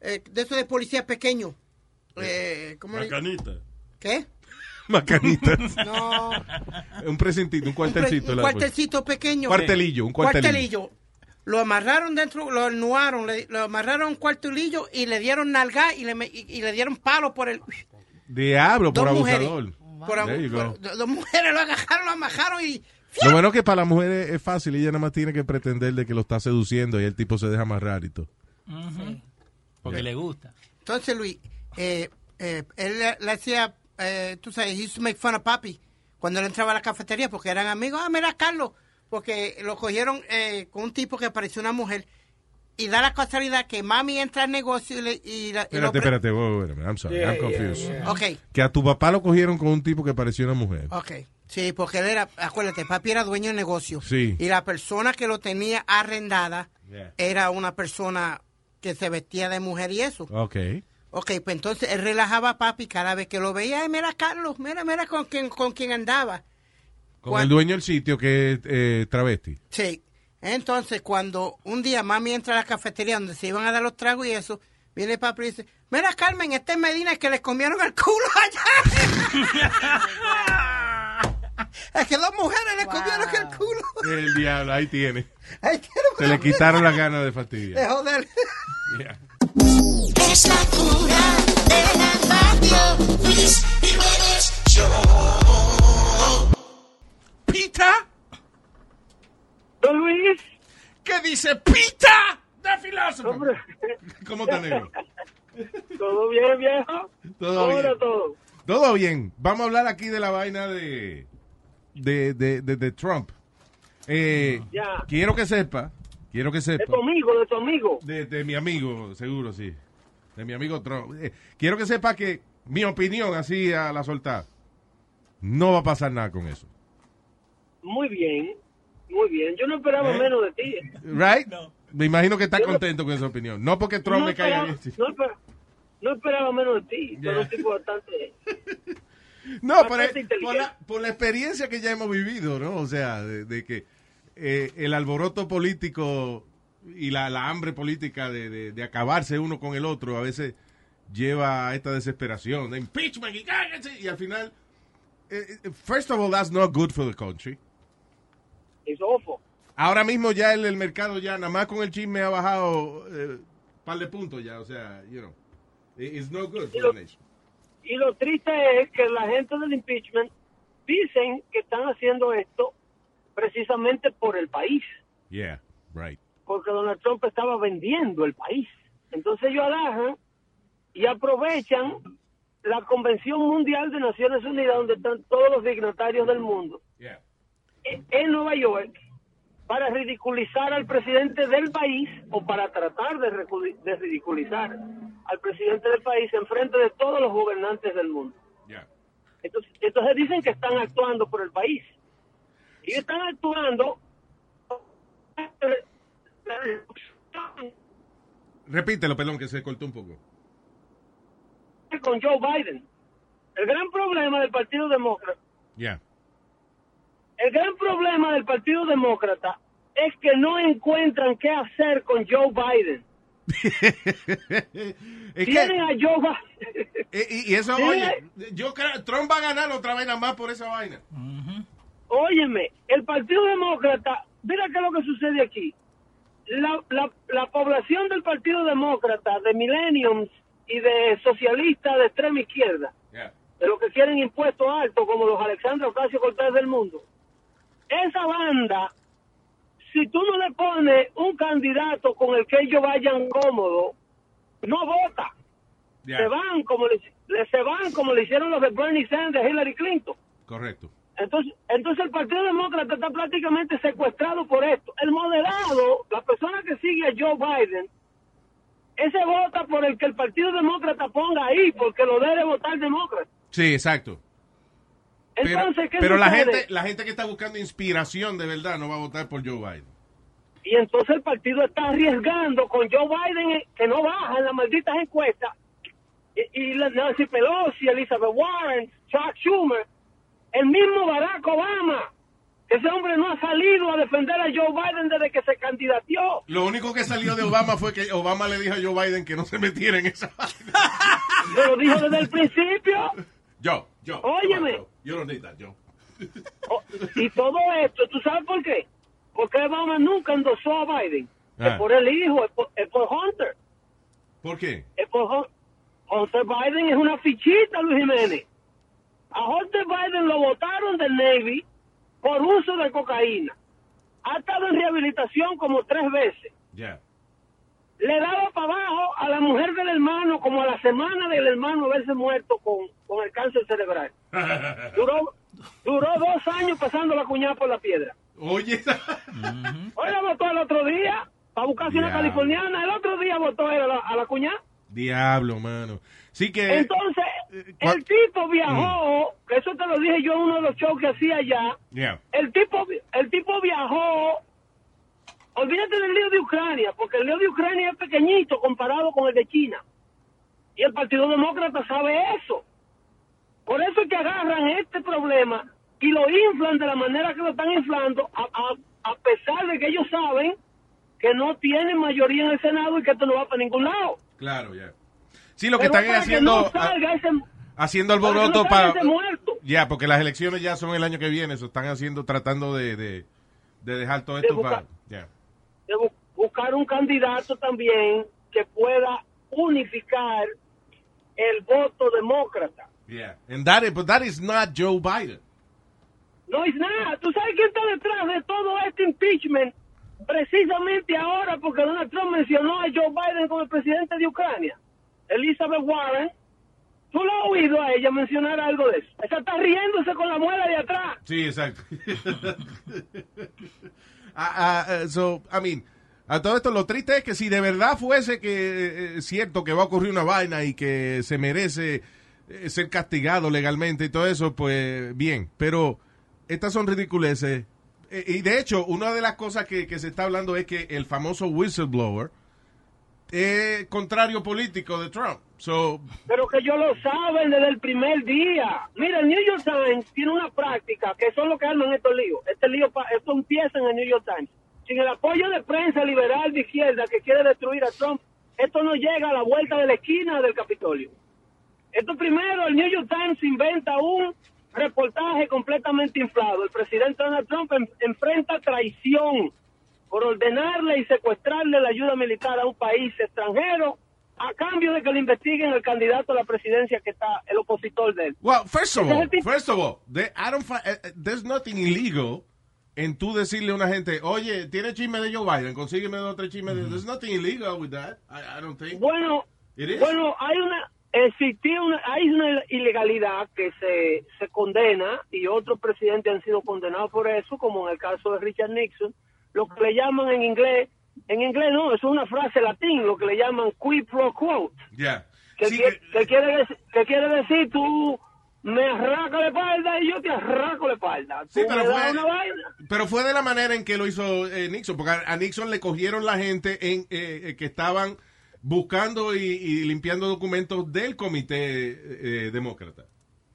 eh, de eso de policía pequeño. Eh, ¿cómo le-
La canita.
¿Qué?
Macanitas.
No.
un presentito, un
Un pre-
cuartelcito.
Un,
la-
cuartelcito pequeño.
Cuartelillo, un cuartelillo.
Cuartelillo. Lo amarraron dentro, lo anuaron, le- lo amarraron a un cuartelillo y le dieron nalga y le, me- y, y le dieron palo por el...
Diablo, por
dos mujeres.
abusador.
Por abu-
There you go.
por- do- dos mujeres lo agarraron, lo amarraron y...
Lo bueno es que para la mujer es, es fácil, ella nada más tiene que pretender de que lo está seduciendo y el tipo se deja amarrar y todo.
Porque le gusta.
Entonces, Luis, eh, eh, él le, le hacía, eh, tú sabes, he used to make fun of papi cuando él entraba a la cafetería porque eran amigos. Ah, mira, Carlos, porque lo cogieron eh, con un tipo que parecía una mujer y da la casualidad que mami entra al negocio y, le, y la- y lo
Espérate,
pre-
espérate, whoa, wait a minute, I'm sorry,
Yeah,
I'm confused.
yeah,
Ok.
Que a tu papá lo cogieron con un tipo que parecía una mujer.
Ok, sí, porque él era, acuérdate, papi era dueño del negocio.
Sí.
Y la persona que lo tenía arrendada era una persona que se vestía de mujer y eso.
Ok.
Ok, pues entonces él relajaba a papi cada vez que lo veía. Ay, mira, Carlos, mira, mira con quién, con quién andaba.
Con
Cuan-
el dueño del sitio que es eh, travesti.
Sí. Entonces, cuando un día mami entra a la cafetería donde se iban a dar los tragos y eso, viene papi y dice, mira, Carmen, este es Medina el que les comieron el culo allá. es que dos mujeres le comieron el culo.
El diablo, ahí tiene.
Ay, quiero
Se le quitaron las ganas de
de
fastidiar.
joder.
Yeah.
Es la cura de la radio, Luis Jiménez Show.
¡Pita!
Don Luis,
¿Qué dice Pita? The Philosopher.
hombre,
¿Cómo está, negro?
todo bien, viejo.
Todo
¿Cómo
bien.
está todo?
Todo bien. Vamos a hablar aquí de la vaina de de, de, de, de Trump. Eh,
Ya.
Quiero que sepa, quiero que
De
sepa.
tu amigo, de tu amigo.
De, de mi amigo, seguro, sí. De mi amigo Trump. Eh, quiero que sepa que mi opinión, así a la soltada, no va a pasar nada con eso.
Muy bien, muy bien. Yo no esperaba
¿Eh?
menos de ti.
¿Right? Me imagino que está contento con esa opinión. No porque Trump
no,
me caiga bien.
esperaba,
sí.
no, esper- no esperaba menos de ti.
Ya.
Pero un tipo bastante.
No,
Bastante
pero es- por
inteligente.
la, por la experiencia que ya hemos vivido, ¿no? O sea, de, de que eh, el alboroto político y la, la hambre política de, de- de acabarse uno con el otro a veces lleva a esta desesperación de impeachment y cállense. Y al final, eh, eh, first of all, that's not good for the country.
Es ofo.
Ahora mismo ya el, el mercado ya nada más con el chisme ha bajado eh, par de puntos ya, o sea, you know, it- it's no good for the nation.
Y lo triste es que la gente del impeachment dicen que están haciendo esto precisamente por el país.
Yeah, right.
porque Donald Trump estaba vendiendo el país. Entonces ellos alajan y aprovechan la Convención Mundial de Naciones Unidas, donde están todos los dignatarios del mundo,
Yeah.
en en Nueva York, para ridiculizar al presidente del país o para tratar de, recudi- de ridiculizar al presidente del país en frente de todos los gobernantes del mundo.
Ya.
Entonces, entonces dicen que están actuando por el país. Y están actuando
Repítelo, perdón, que se cortó un poco.
con Joe Biden. El gran problema del Partido Demócrata
Ya.
El gran problema del Partido Demócrata es que no encuentran qué hacer con Joe Biden.
Es que- Eh,
Tienen a Joe Biden.
y, y eso,
Sí.
oye, yo creo, Trump va a ganar otra vez nada más por esa vaina.
Óyeme, el Partido Demócrata, mira qué es lo que sucede aquí. La, la- la población del Partido Demócrata, de millennials y de socialistas de extrema izquierda,
Ya.
de los que quieren impuestos altos, como los Alexandra Ocasio Cortés del mundo. Esa banda, si tú no le pones un candidato con el que ellos vayan cómodo, no vota.
Ya.
Se van como le, le- se van como le hicieron los de Bernie Sanders, Hillary Clinton.
Correcto.
Entonces, entonces el Partido Demócrata está prácticamente secuestrado por esto. El moderado, la persona que sigue a Joe Biden, ese vota por el que el Partido Demócrata ponga ahí, porque lo debe votar demócrata.
Sí, exacto. Pero,
Entonces, ¿qué
pero la
sucede?
gente la gente que está buscando inspiración de verdad no va a votar por Joe Biden.
Y entonces el partido está arriesgando con Joe Biden, eh, que no baja en las malditas encuestas, y, y la- Nancy Pelosi, Elizabeth Warren, Chuck Schumer, el mismo Barack Obama. Ese hombre no ha salido a defender a Joe Biden desde que se candidateó.
Lo único que salió de Obama fue que Obama le dijo a Joe Biden que no se metiera en esa vaina.
Se lo dijo desde el principio.
Yo, yo.
Óyeme.
Yo no necesito, yo.
O- Y todo esto, ¿tú sabes por qué? Porque Obama nunca endosó a Biden. Es
Ah.
por el hijo, es por, es por Hunter.
¿Por qué?
es por Hon- Hunter Biden es una fichita, Luis Jiménez. A Hunter Biden lo votaron del Navy por uso de cocaína. Ha estado en rehabilitación como tres veces.
Ya.
Le daba para abajo a la mujer del hermano como a la semana del hermano haberse muerto con, con el cáncer cerebral. Duró, duró dos años pasando la cuñada por la piedra.
Oye.
Hoy la votó el otro día para buscarse una
¿Mm? Ya.
californiana. El otro día votó él a la, a la cuñada.
Diablo, mano. Sí que. eh, Mm.
Entonces,
cua-
el tipo viajó, que eso te lo dije yo en uno de los shows que hacía allá,
Ya.
el tipo, vi- el tipo viajó, olvídate del lío de Ucrania, porque el lío de Ucrania es pequeñito comparado con el de China. Y el Partido Demócrata sabe eso. Por eso es que agarran este problema y lo inflan de la manera que lo están inflando, a, a- a pesar de que ellos saben que no tienen mayoría en el Senado y que esto no va para ningún lado.
Claro, ya. Sí, lo que
Pero
están
para
haciendo.
no salga ese-
haciendo
para que no
alboroto
salga
para.
ese muerto.
Ya, porque las elecciones ya son el año que viene. Eso están haciendo, tratando de, de, de dejar todo
De
esto
buscar-
para. Ya.
de bu- buscar un candidato también que pueda unificar el voto demócrata.
Yeah. And that is, but that is not Joe Biden.
No es nada. ¿Tú sabes quién está detrás de todo este impeachment? Precisamente ahora, porque Donald Trump mencionó a Joe Biden como el presidente de Ucrania, Elizabeth Warren. ¿Tú lo has oído a ella mencionar algo de eso? Ella está riéndose con la muela de atrás.
Sí, exacto. Ah, ah, eh, so, I mean, a todo esto lo triste es que si de verdad fuese que eh, es cierto que va a ocurrir una vaina y que se merece eh, ser castigado legalmente y todo eso, pues bien, pero estas son ridiculeces. Eh, Y de hecho, una de las cosas que, que se está hablando es que el famoso whistleblower es contrario político de Trump. So,
pero que ellos lo saben desde el primer día. Mira, el New York Times tiene una práctica que son lo que arman estos líos. Este lío, pa- esto empieza en el New York Times. Sin el apoyo de prensa liberal de izquierda que quiere destruir a Trump, esto no llega a la vuelta de la esquina del Capitolio. Esto primero, el New York Times inventa un reportaje completamente inflado. El presidente Donald Trump en- enfrenta traición por ordenarle y secuestrarle la ayuda militar a un país extranjero a cambio de que le investiguen al candidato a la presidencia que está el opositor de él.
Well, first of all,
Ese tipo-
first of all, they- I don't fi- eh, eh, there's nothing illegal en tú decirle a una gente, oye, tiene chisme de Joe Biden, consígueme dos o tres chismes de... There's nothing illegal with that, I, I don't think.
Bueno,
It is.
bueno, hay una existía una hay una ilegalidad que se, se condena y otros presidentes han sido condenados por eso, como en el caso de Richard Nixon, lo que le llaman en inglés, en inglés no, es una frase latín, lo que le llaman quid pro quo.
Ya.
Que,
Sí,
quie- que quiere, dec- que quiere decir tú me arraco la espalda y yo te arraco la espalda.
Sí,
Tú
pero
me das
fue-
una vaina.
Pero fue de la manera en que lo hizo eh, Nixon, porque a, a Nixon le cogieron la gente en, eh, eh, que estaban buscando y, y limpiando documentos del comité eh, demócrata.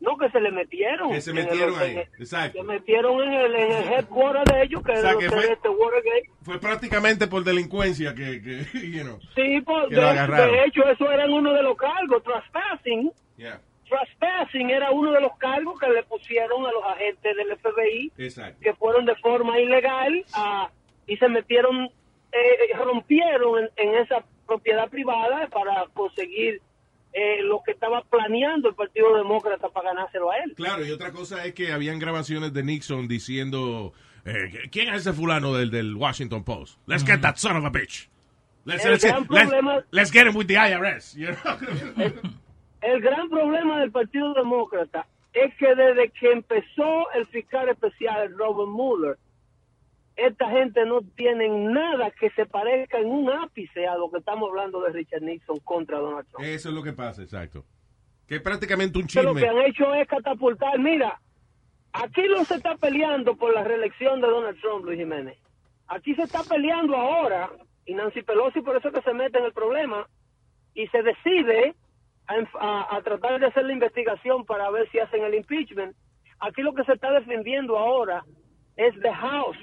No, que se le metieron.
Que se
En el-
metieron ahí,
en el-
exacto.
Se metieron en el, en el headquarter de ellos, que
O sea,
era
que
los
fue-
este Watergate.
Fue prácticamente por delincuencia que, que, you know.
Sí, por-
Que
de,
lo agarraron.
de hecho, eso era uno de los cargos, trespassing.
Yeah.
Trespassing era uno de los cargos que le pusieron a los agentes del FBI,
Exacto.
que fueron de forma ilegal ah, y se metieron, eh, rompieron en, en esa propiedad privada para conseguir eh, lo que estaba planeando el Partido Demócrata para ganárselo a él.
Claro, y otra cosa es que habían grabaciones de Nixon diciendo, eh, ¿quién es ese fulano del, del Washington Post? Let's get that son of a bitch. Let's,
El
let's,
gran
get- let's-
problema-
let's get him with the IRS. you know?
El gran problema del Partido Demócrata es que desde que empezó el fiscal especial Robert Mueller, esta gente no tienen nada que se parezca en un ápice a lo que estamos hablando de Richard Nixon contra Donald Trump.
Eso es lo que pasa, exacto. Que es prácticamente un
Que lo que
chisme.
han hecho es catapultar. Mira, aquí no se está peleando por la reelección de Donald Trump, Luis Jiménez. Aquí se está peleando ahora, y Nancy Pelosi por eso es que se mete en el problema, y se decide a, enf- a- a tratar de hacer la investigación para ver si hacen el impeachment. Aquí lo que se está defendiendo ahora es The House,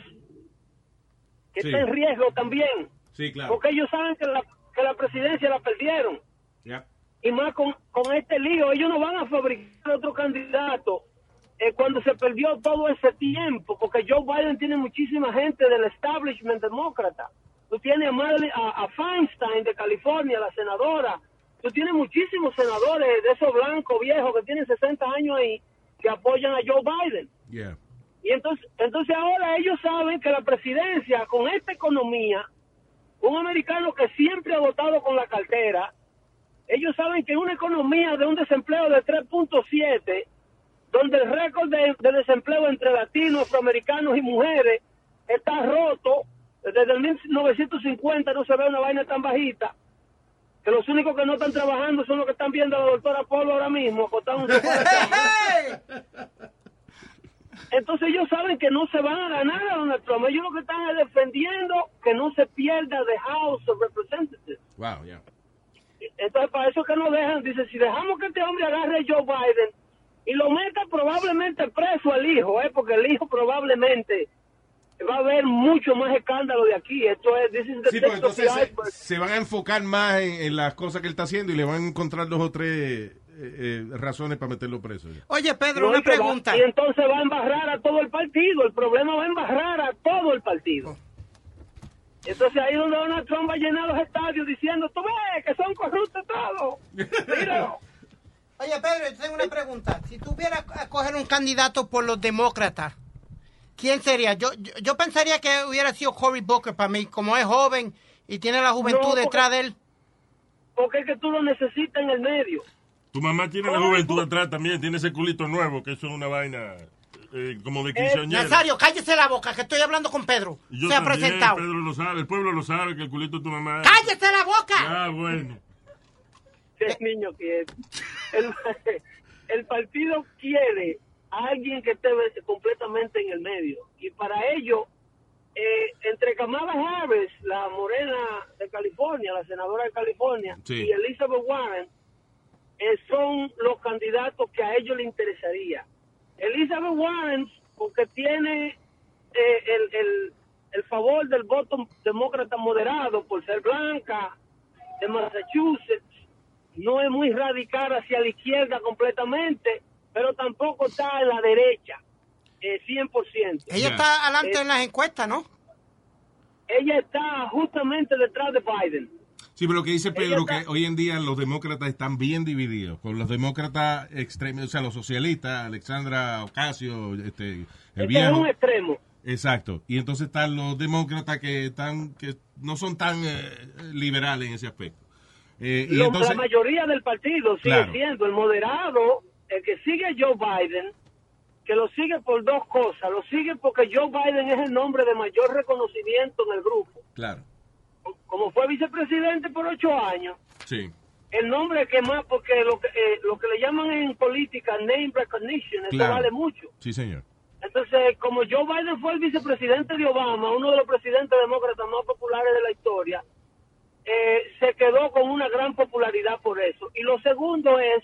que
Sí.
está en riesgo también,
Sí, claro.
porque ellos saben que la, que la presidencia la perdieron
Yeah.
y más con, con este lío, ellos no van a fabricar otro candidato eh, cuando se perdió todo ese tiempo, porque Joe Biden tiene muchísima gente del establishment demócrata. Tú tienes a, Madeleine- a, a Feinstein de California, la senadora. Tú tienes muchísimos senadores de esos blancos viejos que tienen 60 años ahí que apoyan a Joe Biden.
Yeah.
Y entonces, entonces ahora ellos saben que la presidencia, con esta economía, un americano que siempre ha votado con la cartera, ellos saben que una economía de un desempleo de 3.7, donde el récord de, de desempleo entre latinos, afroamericanos y mujeres está roto, desde el 1950 no se ve una vaina tan bajita, que los únicos que no están trabajando son los que están viendo a la doctora Polo ahora mismo, acostados en un sofá de cama. Entonces ellos saben que no se van a ganar a Donald Trump. Ellos lo que están es defendiendo que no se pierda The House of Representatives.
Wow, yeah.
Entonces para eso es que no dejan, dice, si dejamos que este hombre agarre a Joe Biden y lo meta probablemente preso al hijo, ¿eh? porque el hijo probablemente va a haber mucho más escándalo de aquí. Esto es, this is the
Sí,
tip
pero
of
entonces eh,
the
se,
iceberg.
se van a enfocar más en, en las cosas que él está haciendo y le van a encontrar dos o tres eh, eh, razones para meterlo preso. ya.
Oye, Pedro,
No,
una
y que va-
pregunta.
y entonces va a embarrar a todo el partido. El problema va a embarrar a todo el partido. Entonces ahí es donde Donald Trump va a llenar los estadios diciendo, tú ves que son corruptos todos. Míralo.
Oye, Pedro, yo tengo una pregunta. Si tú vieras a coger un candidato por los demócratas, ¿quién sería? Yo, yo, yo pensaría que hubiera sido Cory Booker para mí, como es joven y tiene la juventud
No,
detrás de él.
Porque es que tú lo necesitas en el medio.
Tu mamá tiene la juventud atrás también, tiene ese culito nuevo, que eso es una vaina eh, como de quinceañera.
Nazario, cállese la boca, que estoy hablando con Pedro.
Y yo
Se ha
también,
presentado.
Pedro lo sabe, el pueblo lo sabe, que el culito de tu mamá... es-
¡Cállese la boca!
Ah, bueno.
que el niño quiere. El, el partido quiere a alguien que esté completamente en el medio. Y para ello, eh, entre Kamala Harris, la morena de California, la senadora de California,
Sí.
y Elizabeth Warren, eh, son los candidatos que a ellos les interesaría. Elizabeth Warren, porque tiene eh, el, el- el favor del voto demócrata moderado por ser blanca, de Massachusetts, no es muy radical hacia la izquierda completamente, pero tampoco está en la derecha, eh, 100%.
Ella está adelante en las encuestas, ¿no?
Eh, Ella está justamente detrás de Biden.
Sí, pero lo que dice Pedro,
Ella
que
está-
hoy en día los demócratas están bien divididos. Con los demócratas extremos, o sea, los socialistas, Alexandra Ocasio, este, el
Este es
viejo.
un extremo.
Exacto. Y entonces están los demócratas que están que no son tan eh, liberales en ese aspecto. Eh, y
Lo-
entonces,
la mayoría del partido sigue
Claro.
siendo el moderado, el que sigue a Joe Biden, que lo sigue por dos cosas. Lo sigue porque Joe Biden es el nombre de mayor reconocimiento en el grupo.
Claro.
Como fue vicepresidente por ocho años,
Sí.
el nombre que más, porque lo que, eh, lo que le llaman en política name recognition, eso
Claro.
vale mucho.
Sí, señor.
Entonces, eh, como Joe Biden fue el vicepresidente de Obama, uno de los presidentes demócratas más populares de la historia, eh, se quedó con una gran popularidad por eso. Y lo segundo es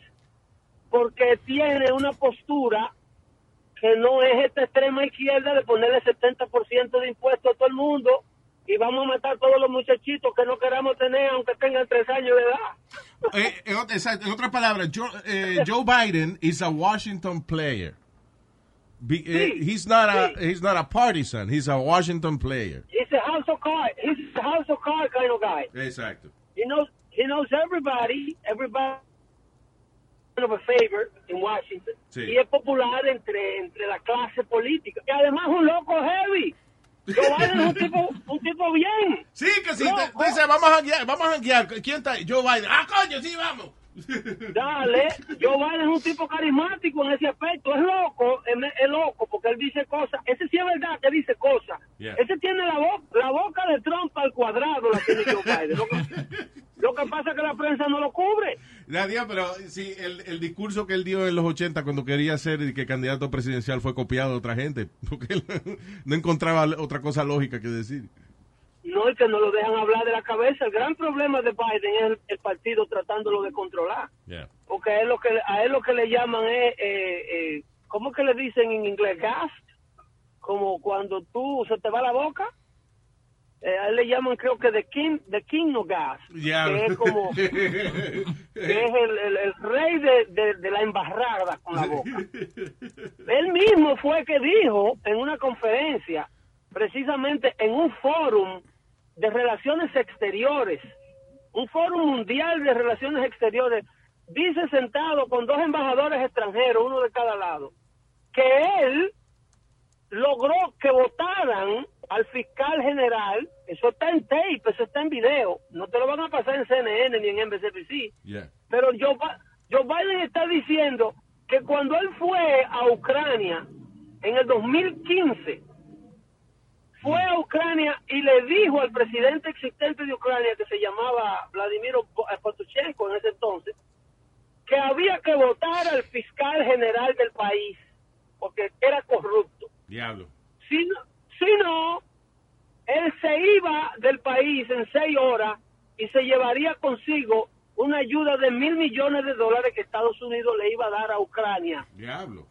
porque tiene una postura que no es esta extrema izquierda de ponerle 70% de impuestos a todo el mundo y vamos a matar a todos los muchachitos que no queramos tener aunque tengan tres años de edad.
Eh, en, ot- exacto, en otras palabras, Joe, eh, Joe Biden is a Washington player. Be- eh, he's not a he's not a partisan. He's a Washington player.
He's a house of card. He's a house of card kind of guy.
Exacto.
He knows he knows everybody, everybody of a favor en Washington.
Sí.
Y es popular entre, entre la clase política. Y además es un loco heavy. Joe Biden es un tipo, un tipo bien.
Sí, que si te- te dice, vamos a janguear, vamos a janguear. ¿Quién está? ahí? Joe Biden. Ah, coño, sí, vamos.
Dale, Joe Biden es un tipo carismático en ese aspecto. Es loco, es, es loco porque él dice cosas. Ese sí es verdad que dice cosas.
Yeah.
Ese tiene la, bo- la boca de Trump al cuadrado, la tiene Joe Biden. Lo que, lo que pasa es que la prensa no lo cubre.
Nadia, pero sí, el, el discurso que él dio en los 80 cuando quería ser y que candidato presidencial fue copiado de otra gente, porque él no encontraba otra cosa lógica que decir.
No, y que no lo dejan hablar de la cabeza. El gran problema de Biden es el, el partido tratándolo de controlar.
Yeah.
Porque a él lo que, a él lo que le llaman es, eh, eh, ¿cómo que le dicen en inglés? Gas. Como cuando tú se te va la boca. Eh, a él le llaman, creo que de king, the king no gas.
Ya.
Que es como, que es el, el- el rey de, de- de la embarrada con la boca. Él mismo fue que dijo en una conferencia, precisamente en un fórum de relaciones exteriores, un foro mundial de relaciones exteriores, dice sentado con dos embajadores extranjeros, uno de cada lado, que él logró que votaran al fiscal general, eso está en tape, eso está en video, no te lo van a pasar en CNN ni en MSNBC,
Yeah.
pero Joe, Ba- Joe Biden está diciendo que cuando él fue a Ucrania en el 2015, fue a Ucrania y le dijo al presidente existente de Ucrania, que se llamaba Vladimir Po- eh, Potochenko en ese entonces, que había que votar al fiscal general del país, porque era corrupto.
Diablo.
Si no, si no, él se iba del país en seis horas y se llevaría consigo una ayuda de mil millones de dólares que Estados Unidos le iba a dar a Ucrania.
Diablo.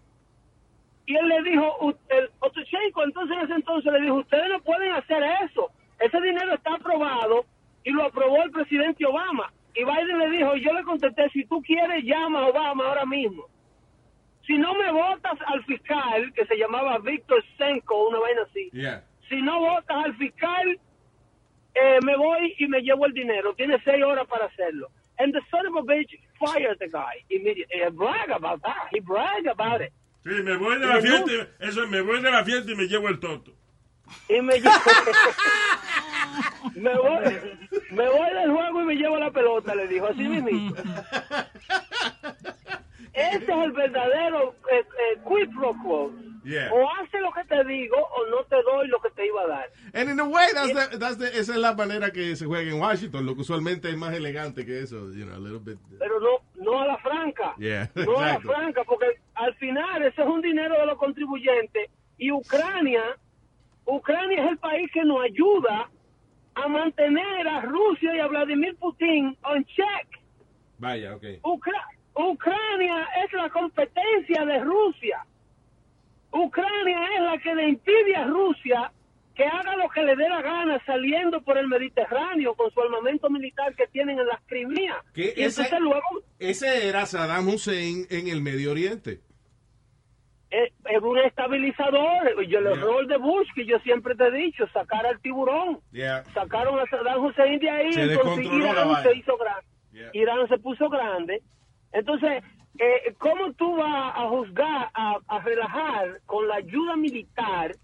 Y él le dijo, usted, Otochenko, entonces en ese entonces le dijo, ustedes no pueden hacer eso. Ese dinero está aprobado y lo aprobó el presidente Obama. Y Biden le dijo, y yo le contesté, si tú quieres, llama a Obama ahora mismo. Si no me votas al fiscal, que se llamaba Víctor Senko, una vaina así,
Yeah.
si no votas al fiscal, eh, me voy y me llevo el dinero. Tiene seis horas para hacerlo. And the son of a bitch fired the guy immediately. Eh, brag about that. He bragged about it.
Sí, me voy de
Y
la
no-
fiesta, y- eso, me voy de la fiesta y me llevo el toto.
y me llevo, me voy me voy del juego y me llevo la pelota le dijo así mismo este es el verdadero eh, eh, quid pro quo
Yeah.
o hace lo que te digo o no te doy lo que te iba a dar
And in a way, that's the- that's the- esa es la manera que se juega en Washington, lo que usualmente es más elegante que eso, you know, a little bit.
pero no no a la franca
Yeah,
no a la
exacto.
franca porque al final ese es un dinero de los contribuyentes y Ucrania Ucrania es el país que nos ayuda a mantener a Rusia y a Vladimir Putin on check
Vaya, ok.
Ucra- Ucrania es la competencia de Rusia. Ucrania es la que le impide a Rusia que haga lo que le dé la gana saliendo por el Mediterráneo con su armamento militar que tienen en las Crimea.
Que
Y
ese-
entonces luego
Ese era Saddam Hussein en el Medio Oriente.
es, es un estabilizador. Y el error de Bush, que yo siempre te he dicho, sacar al tiburón.
Yeah.
Sacaron a Saddam Hussein de ahí
Se
y entonces
descontroló la
Irán
vaina.
se hizo grande. Irán se puso grande. Entonces, eh, ¿cómo tú vas a juzgar, a, a relajar con la ayuda militar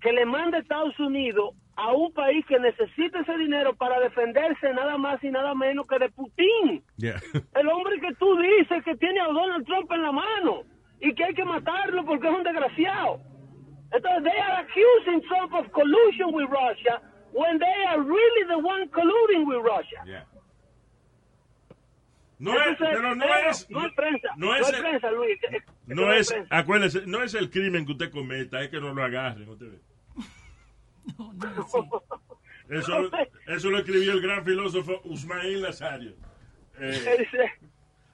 que le manda Estados Unidos a un país que necesita ese dinero para defenderse nada más y nada menos que de Putin?
Yeah.
El hombre que tú dices que tiene a Donald Trump en la mano. y que hay que matarlo porque es un desgraciado. Entonces, they are accusing Trump of collusion with Russia when they are really the one colluding with Russia.
No
Ese
es, pero no
eh,
es,
No es prensa.
no es el-
prensa, Luis. Eh,
No es,
prensa.
acuérdese, no es el crimen que usted cometa, es que no lo agarren. usted ve. Eso, eso lo escribió el gran filósofo Usmail Nazario. Eh,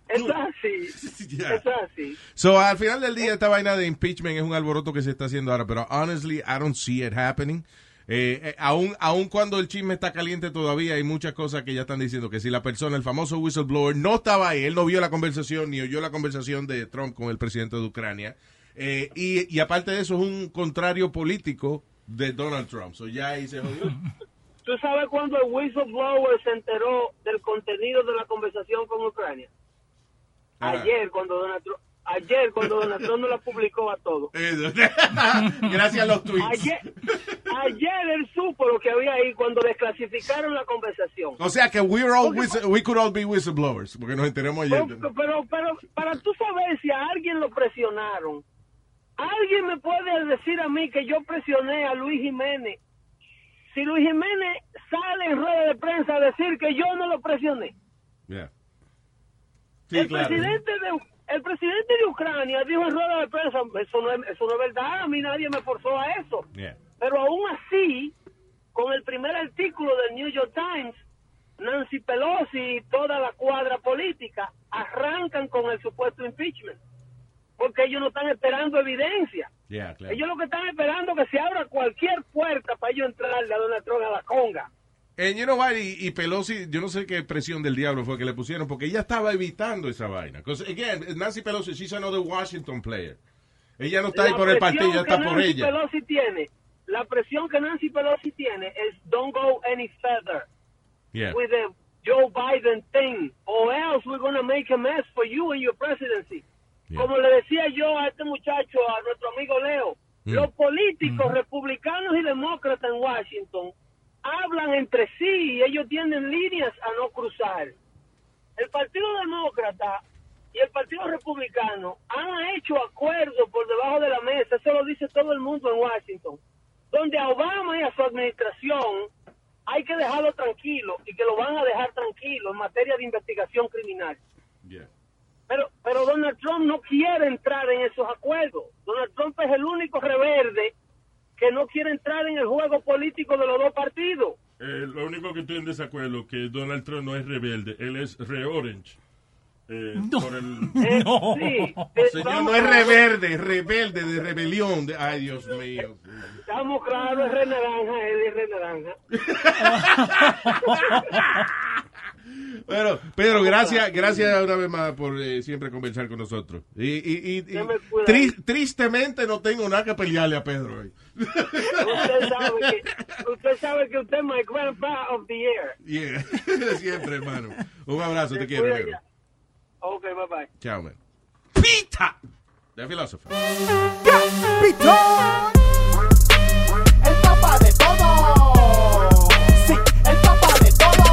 Es así.
Yeah.
Es así.
So, al final del día, esta vaina de impeachment es un alboroto que se está haciendo ahora, pero honestly, I don't see it happening. Eh, eh, aún, aún cuando el chisme está caliente todavía, hay muchas cosas que ya están diciendo que si la persona, el famoso whistleblower, no estaba ahí, él no vio la conversación ni oyó la conversación de Trump con el presidente de Ucrania, eh, y, y aparte de eso es un contrario político de Donald Trump. So, ya ahí se jodió.
¿Tú sabes cuándo el whistleblower se enteró del contenido de la conversación con Ucrania?
Ajá.
Ayer, cuando Donald Trump, ayer, cuando Donald Trump no la publicó a todos.
Eso. Gracias a los tweets.
Ayer, ayer él supo lo que había ahí cuando desclasificaron la conversación.
O sea que we're all whistle- we could all be whistleblowers, porque nos enteramos ayer.
Pero, pero, pero para tú saber si a alguien lo presionaron, alguien me puede decir a mí que yo presioné a Luis Jiménez. Si Luis Jiménez sale en rueda de prensa a decir que yo no lo presioné.
Yeah.
el, presidente de, el presidente de Ucrania dijo en rueda de prensa, eso no, es, eso no es verdad, a mí nadie me forzó a eso.
Yeah.
Pero aún así, con el primer artículo del New York Times, Nancy Pelosi y toda la cuadra política arrancan con el supuesto impeachment. Porque ellos no están esperando evidencia.
Yeah,
Ellos lo que están esperando es que se abra cualquier puerta para ellos entrarle a Donald Trump a la conga.
And you know what, y, y Pelosi, yo no sé qué presión del diablo fue que le pusieron, porque ella estaba evitando esa vaina. 'Cause, Again, Nancy Pelosi, she's another Washington player. Ella no está ahí
La
por el
presión
partido, ella
que
está por
Nancy
ella.
Pelosi tiene, la presión que Nancy Pelosi tiene es don't go any further
Yeah.
with the Joe Biden thing, or else we're going to make a mess for you and your presidency. Como le decía yo a este muchacho, a nuestro amigo Leo,
Mm.
los políticos republicanos y demócratas en Washington hablan entre sí y ellos tienen líneas a no cruzar. El Partido Demócrata y el Partido Republicano han hecho acuerdos por debajo de la mesa, eso lo dice todo el mundo en Washington, donde a Obama y a su administración hay que dejarlo tranquilo y que lo van a dejar tranquilo en materia de investigación criminal.
Yeah.
Pero, pero Donald Trump no quiere entrar en esos acuerdos. Donald Trump es el único reverde que no quiere entrar en el juego político de los dos partidos.
eh, lo único que estoy en desacuerdo es que Donald Trump no es rebelde, él es reorange. Eh, por el-
Eh, sí, eh,
Señor,
vamos
no es
a-
reverde, es rebelde, de rebelión. de- ay, Dios mío.
Estamos claros, es re naranja, él es re naranja.
Pero, Pedro, gracias, gracias una vez más por eh, siempre conversar con nosotros. Y, y- y- y tri- tristemente no tengo nada que pelearle a Pedro hoy.
Usted sabe que usted, sabe que usted es my grandpa of the year.
Yeah. siempre, hermano. Un abrazo, te quiero,
Cuida
negro.
ya. Ok, bye bye.
Chao, man. Pita. The philosopher.
Capitán, el papá de todo. Sí, el papá de todo.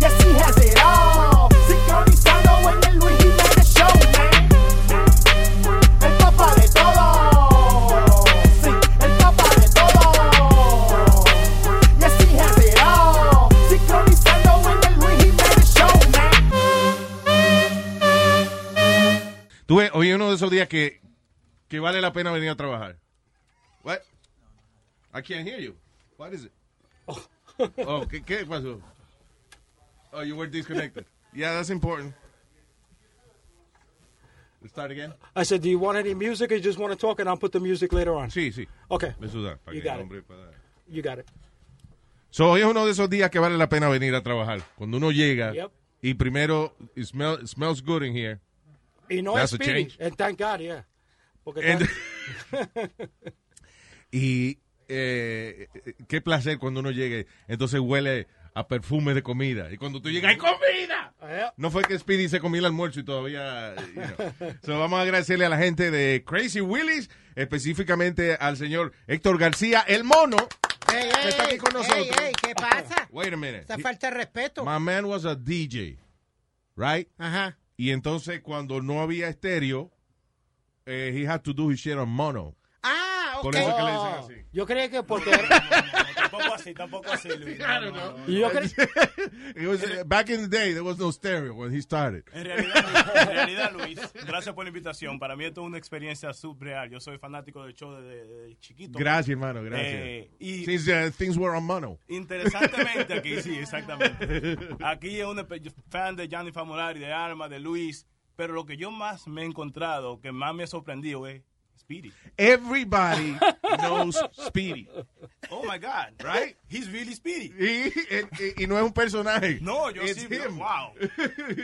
Y así has it all. Sincronizado en el Luis Jiménez Show, man. El papá de todo. Sí, el papá de todo. Y así has it all. Sincronizado en el Luis Jiménez Show, man.
Tuve, hoy es uno de esos días que, que vale la pena venir a trabajar. What? I can't hear you. What is it? Oh, ¿qué, qué pasó? Oh, you were disconnected. Yeah, that's important. Start again.
I said, do you want any music or you just want to talk and I'll put the music later on?
Sí, sí.
Okay.
Me suda. para
You
que el
got it.
hombre pueda-
You got it.
So, hoy es uno de esos días que vale la pena venir a trabajar. Cuando uno llega
Yep.
y primero, it smell- it smells good in here.
Y no
That's a
es Speedy.
change.
And thank God, yeah. Porque
And-
tan-
Y eh, qué placer cuando uno llegue. Entonces huele a perfume de comida. Y cuando tú llegas, ¡ay, comida!
Eh,
No fue que Speedy se comió el almuerzo y todavía. you know. So, vamos a agradecerle a la gente de Crazy Willis, específicamente al señor Héctor García, el mono.
Que está aquí con nosotros. ¿Qué pasa?
Wait a minute.
Esa falta de respeto.
My man was a DJ, right?
Ajá.
Y entonces cuando no había estéreo, eh, he had to do his shit on mono.
Ah, ok.
Por eso es que le dicen así.
Yo creía que porque...
Tampoco así, tampoco así, Luis. Claro, no. no.
Yo creo-
It was, uh, back in the day, there was no stereo when he started.
En realidad, en realidad, Luis, gracias por la invitación. Para mí esto es una experiencia subreal. Yo soy fanático del show desde desde chiquito.
Gracias, hermano, gracias.
Eh, y
Since uh, things were on mono.
interesantemente aquí, sí, exactamente. Aquí es un espe- fan de Gianni Famolari, de Alma, de Luis. Pero lo que yo más me he encontrado, que más me ha sorprendido es Speedy.
Everybody knows Speedy.
Oh my God,
Right?
He's really Speedy.
Y, eh, y- y no es un personaje.
No, yo
It's
sí,
him.
wow.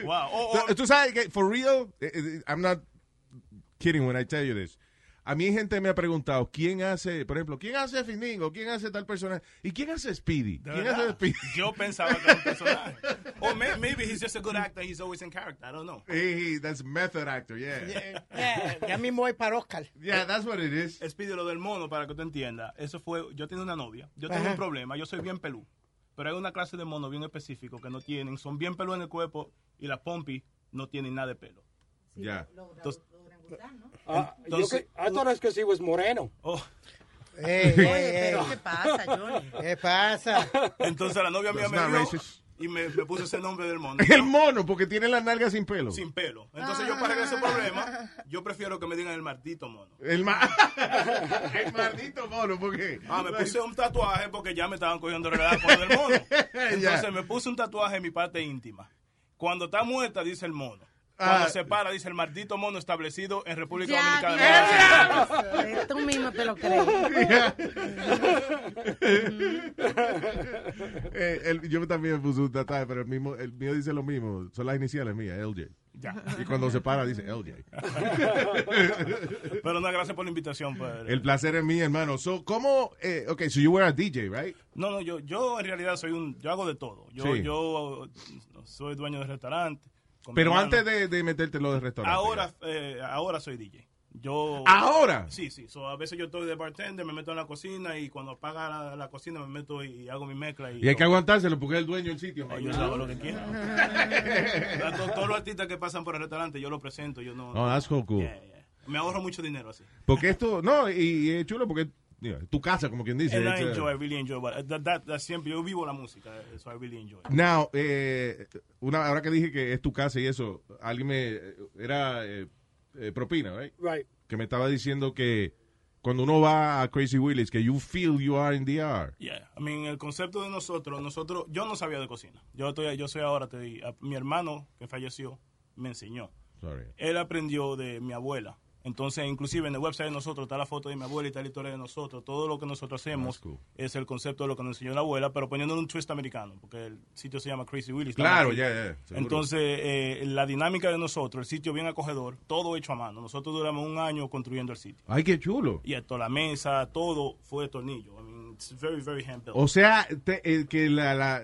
Wow. Oh, oh,
Tú- Tú sabes que, for real, eh, eh, I'm not kidding when I tell you this. A mí gente me ha preguntado, ¿quién hace, por ejemplo, quién hace Finingo? ¿Quién hace tal personaje? ¿Y quién hace Speedy?
De
¿Quién
verdad.
hace Speedy?
Yo pensaba que era un personaje. O may- maybe he's just a good actor. He's always in character. I don't know.
Hey, that's method actor, yeah.
Ya mismo voy para Oscar.
Yeah, that's what it is.
Speedy, lo Eh, del mono, para que tú entiendas. Eso fue. Yo tenía una novia. Yo tengo
Ajá.
un problema. Yo soy bien pelú. Pero hay una clase de mono bien específico que no tienen. Son bien pelú en el cuerpo y las pompis no tienen nada de pelo.
Ya.
Entonces-
Ah,
Entonces-
yo que, I thought es que sí was moreno.
Oh.
Eh,
Ey, ey, ey.
pasa, Johnny?
¿Qué pasa?
Entonces la novia mía
That's
me
not
vio
racist.
y me, me puso ese nombre del mono.
El mono, porque tiene la nalga sin pelo.
Sin pelo. Entonces yo para arreglar ese problema, yo prefiero que me digan el martito mono.
El, ma el maldito mono, porque...
Ah, me puse un tatuaje porque ya me estaban cogiendo regaladas con lo del mono. Entonces
Ya.
me puse un tatuaje en mi parte íntima. Cuando está muerta, dice el mono.
Ah.
Cuando se para, dice el maldito mono establecido en República
Ya,
Dominicana.
Eh,
diablo. Tú mismo te lo crees.
Eh, el- yo también me puse un tatuaje, pero el, mismo, el mío dice lo mismo. Son las iniciales mías, LJ.
Ya.
Y cuando se para dice LJ.
Pero no, gracias por la invitación. padre.
El placer es mío, hermano. So, ¿cómo? Eh, ok, so you were a DJ, right?
No, no, yo, yo en realidad soy un, yo hago de todo. Yo,
Sí.
yo eh, soy dueño de restaurante. con mi
Pero
hermano.
antes de, de meterte en lo del restaurante.
Ahora, eh, ahora soy DJ. Yo,
¿Ahora?
Sí, sí. So, a veces yo estoy de bartender, me meto en la cocina y cuando apaga la, la cocina me meto y, hago mi mezcla. Y,
Y hay que aguantárselo porque es el dueño del sitio.
No,
man.
yo hago lo que quiera. A to- Todos los artistas que pasan por el restaurante, yo los presento. Yo no,
No, that's so cool.
Yeah, yeah. Me ahorro mucho dinero así.
Porque esto, no, y, y es chulo porque mira, es tu casa, como quien dice.
And
It's,
I
uh,
enjoy, I really enjoy. But that, that- that siempre, yo vivo la música, eh, so I really enjoy.
Now, eh, una, ahora que dije que es tu casa y eso, alguien me, era eh, eh, propina, right?
Right.
que me estaba diciendo que cuando uno va a Crazy Willis, que you feel you are in the air.
Yeah, I mean, el concepto de nosotros, nosotros, yo no sabía de cocina. Yo estoy, yo soy ahora, te di- a- mi hermano que falleció me enseñó.
Sorry.
Él aprendió de mi abuela. Entonces, inclusive en el website de nosotros está la foto de mi abuela y está la historia de nosotros. Todo lo que nosotros hacemos
cool.
es el concepto de lo que nos enseñó la abuela, pero poniéndole un twist americano, porque el sitio se llama Crazy Willis.
Claro,
Estamos aquí.
ya, ya. seguro.
Entonces, eh, la dinámica de nosotros, el sitio bien acogedor, todo hecho a mano. Nosotros duramos un año construyendo el sitio.
Ay, qué chulo.
Y esto, la mesa, todo fue de tornillo. I mean, it's very, very hand-built.
O sea, te- eh, que la, la,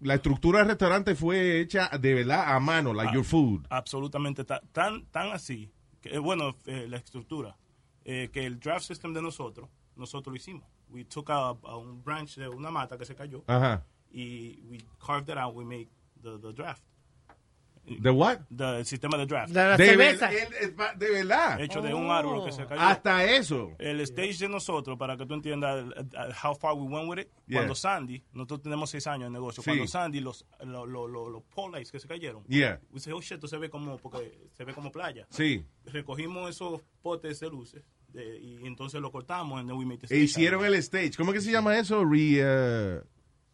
la estructura del restaurante fue hecha de verdad a mano, like
Ah.
your food.
Absolutamente ta- tan, tan así, que, eh, bueno, eh, la estructura, eh, que el draft system de nosotros, nosotros lo hicimos. We took a, a un branch de una mata que se cayó
Ajá.
y we carved it out, we made the, the draft,
¿De what?
the, el sistema de draft.
La, la
De, ver-
cerveza. Oh.
el- el- de verdad.
hecho de un árbol que se cayó.
Hasta eso.
el stage de nosotros, para que tú entiendas el- el- how far we went with it,
Yeah.
cuando Sandy, nosotros tenemos seis años de negocio,
Sí.
cuando Sandy, los, los, los, los, los pole lights que se cayeron,
Yeah.
we said, oh shit, esto se ve como, porque se ve como playa.
Sí.
recogimos esos potes de luces de- y entonces lo cortamos and then we made the
E
stage
hicieron
out
el stage. ¿Cómo que se llama eso? Re, uh,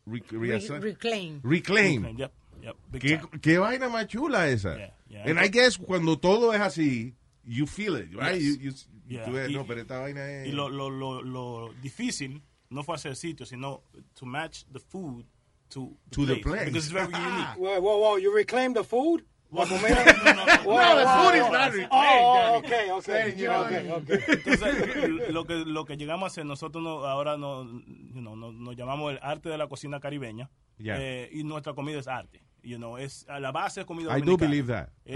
re-
Re-
reasa-
Reclaim.
of it.
reclaim.
Yep, yep, big
¿Qué,
time.
qué vaina más chula esa.
Yeah, yeah.
And I guess cuando todo es así, you feel it, right?
Yes.
You- you-
Yeah.
tú ves,
Y-
no, pero esta vaina es...
Y lo, lo, lo, lo difícil no fue hacer sitio, sino to match the food to the,
To the
place,
place.
Because it's very
Ah.
unique.
Whoa, whoa, whoa. You reclaim the food?
Well,
Wow,
no, no, no, no.
wow, wow,
food is
wow.
not reclaimed,
Oh,
Johnny.
okay, okay. okay, okay.
Entonces, lo que, lo que llegamos a hacer, nosotros no- ahora no, you know, no- nos llamamos el arte de la cocina caribeña.
Yeah.
eh, y nuestra comida es arte. You know, es, a la base es comida
I do
dominicana.
believe that.
Eh,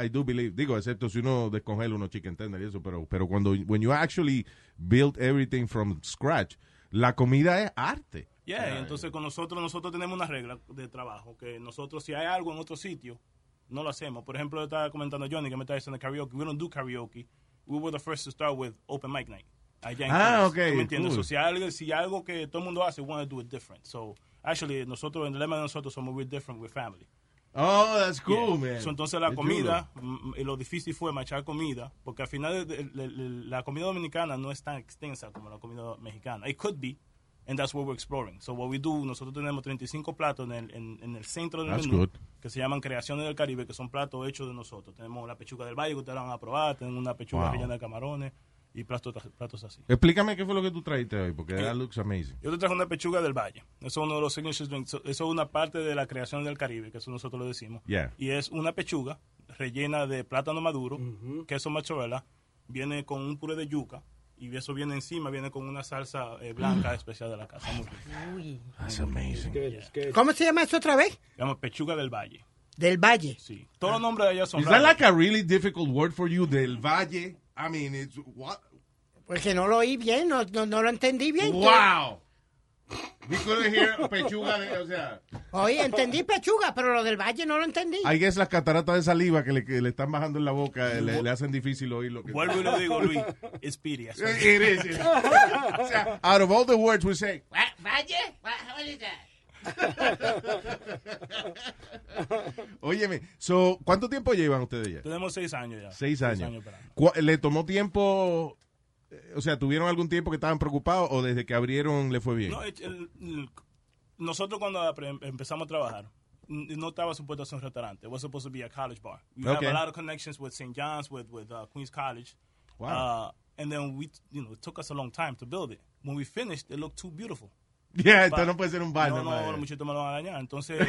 I, I do believe. Digo, excepto si uno descongela unos chicken tender y eso, pero, pero cuando when you actually build everything from scratch, la comida es arte.
Yeah, y entonces con nosotros, nosotros tenemos una regla de trabajo, que nosotros si hay algo en otro sitio, no lo hacemos. Por ejemplo, yo estaba comentando a Johnny que me estaba diciendo karaoke. We don't do karaoke. We were the first to start with open mic night. Allá en
Ah,
Queens.
okay,
¿Tú me entiendes?
cool.
So, si, hay algo, si hay algo que todo el mundo hace, we want to do it different. So, actually, nosotros, el lema de nosotros somos we're different, we're family.
Oh, that's cool,
Yeah.
man.
So, entonces la
Qué
comida, mm, y lo difícil fue machar comida, porque al final de- de- de- de- la comida dominicana no es tan extensa como la comida mexicana. It could be, and that's what we're exploring. So what we do, nosotros tenemos 35 platos en el, en, en el centro del
That's
menú,
good.
que se llaman Creaciones del Caribe, que son platos hechos de nosotros. Tenemos la pechuga del valle que ustedes la van a probar, tenemos una pechuga
Wow.
rellena de camarones y platos, platos así.
Explícame qué fue lo que tú traíste hoy, porque
¿Qué?
that looks amazing.
Yo te traje una pechuga del valle. Eso es uno de los signatures. Eso eso es una parte de la creación del Caribe, que eso nosotros lo decimos.
Yeah.
Y es una pechuga rellena de plátano maduro, queso mozzarella, viene con un puré de yuca y eso viene encima, viene con una salsa eh, blanca especial de la casa. Muy rico.
Mm. That's amazing.
¿Cómo se llama eso otra vez?
Se llama pechuga del valle.
Del Valle.
Sí. Todos los nombres de ellas son
Is that
raros.
like a really difficult word for you, del Valle? I mean, it's what?
Porque Pues no lo oí bien, no, no, no lo entendí bien.
Wow. We couldn't hear pechuga, de- o sea.
Oye, entendí pechuga, pero lo del Valle no lo entendí.
I guess las cataratas de saliva que le, que le están bajando en la boca eh, le, le hacen difícil oír lo que
Vuelvo y lo digo, Luis. Es piri. eso es.
It is, it is. O sea, out of all the words we say,
What? Valle? What? What is that?
óyeme, so, ¿cuánto tiempo llevan ustedes ya?
Tenemos seis años ya.
Seis años.
para-
Cu- ¿Le tomó tiempo, eh, o sea, tuvieron algún tiempo que estaban preocupados o desde que abrieron le fue bien?
No, eh, el- el- el- nosotros cuando apre- empezamos a trabajar, n- no estaba supuesto a ser un restaurante. It was supposed to be a college bar. We
Okay.
have a lot of connections with St. John's, with, with uh, Queens College.
Wow.
Uh, and then we, you know, it took us a long time to build it. When we finished, it looked too beautiful.
Yeah,
But-
esto no puede ser un bar,
No,
nada más.
no, los muchachos me lo van a dañar. Entonces,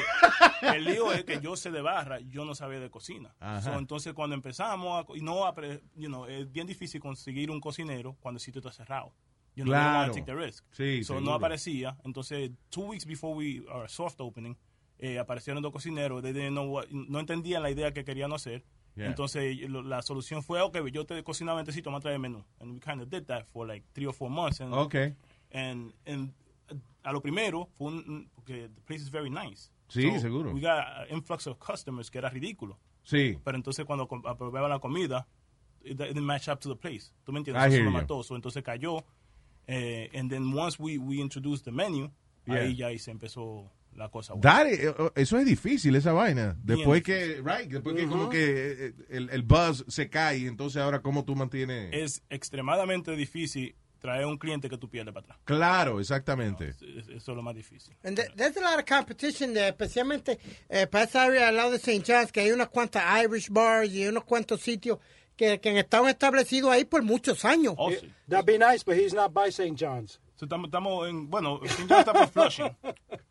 el lío es que yo sé de barra, yo no sabía de cocina.
Ajá.
So, entonces, cuando empezamos, a co- y no, apre- you know, es bien difícil conseguir un cocinero cuando el sitio está cerrado. You know, you don't wanna
Claro.
take the risk.
Sí,
So,
seguro.
no aparecía. Entonces, two weeks before we, our soft opening, eh, aparecieron dos cocineros. They didn't know what- no entendían la idea que querían hacer.
Yeah.
Entonces, lo- la solución fue, ok, yo te cocinaba en tecito, me trae el menú. And we kind of did that for like three or four months. And
Okay.
And, and uh, a lo primero fue un- un, porque the place is very nice.
Sí, seguro.
We got an influx of customers que era ridículo.
Sí.
Pero entonces cuando com- aprobaba la comida, it, it didn't match up to the place. ¿Tú me entiendes?
I
Eso
hear
lo
you.
mató. So, entonces cayó. Eh, and then once we, we introduced the menu,
Yeah.
ahí ya ahí se empezó la cosa. buena.
Dar, eh, eh, eso es difícil, esa vaina. Después que, right, después que como
Ujú.
que eh, el, el buzz se cae, y entonces ahora cómo tú mantienes...
Es extremadamente difícil traer un cliente que tú pierdes para atrás.
Claro, exactamente.
Es- Eso es lo más difícil.
And there- there's a lot of competition there, especialmente eh, para esa área al lado de St. John's, que hay unas cuantas Irish bars y unos cuantos sitios que, que han estado establecidos ahí por muchos años.
Oh, That'd be nice, but he's not by St. John's.
So, estamos- estamos en, bueno, St. John está por Flushing.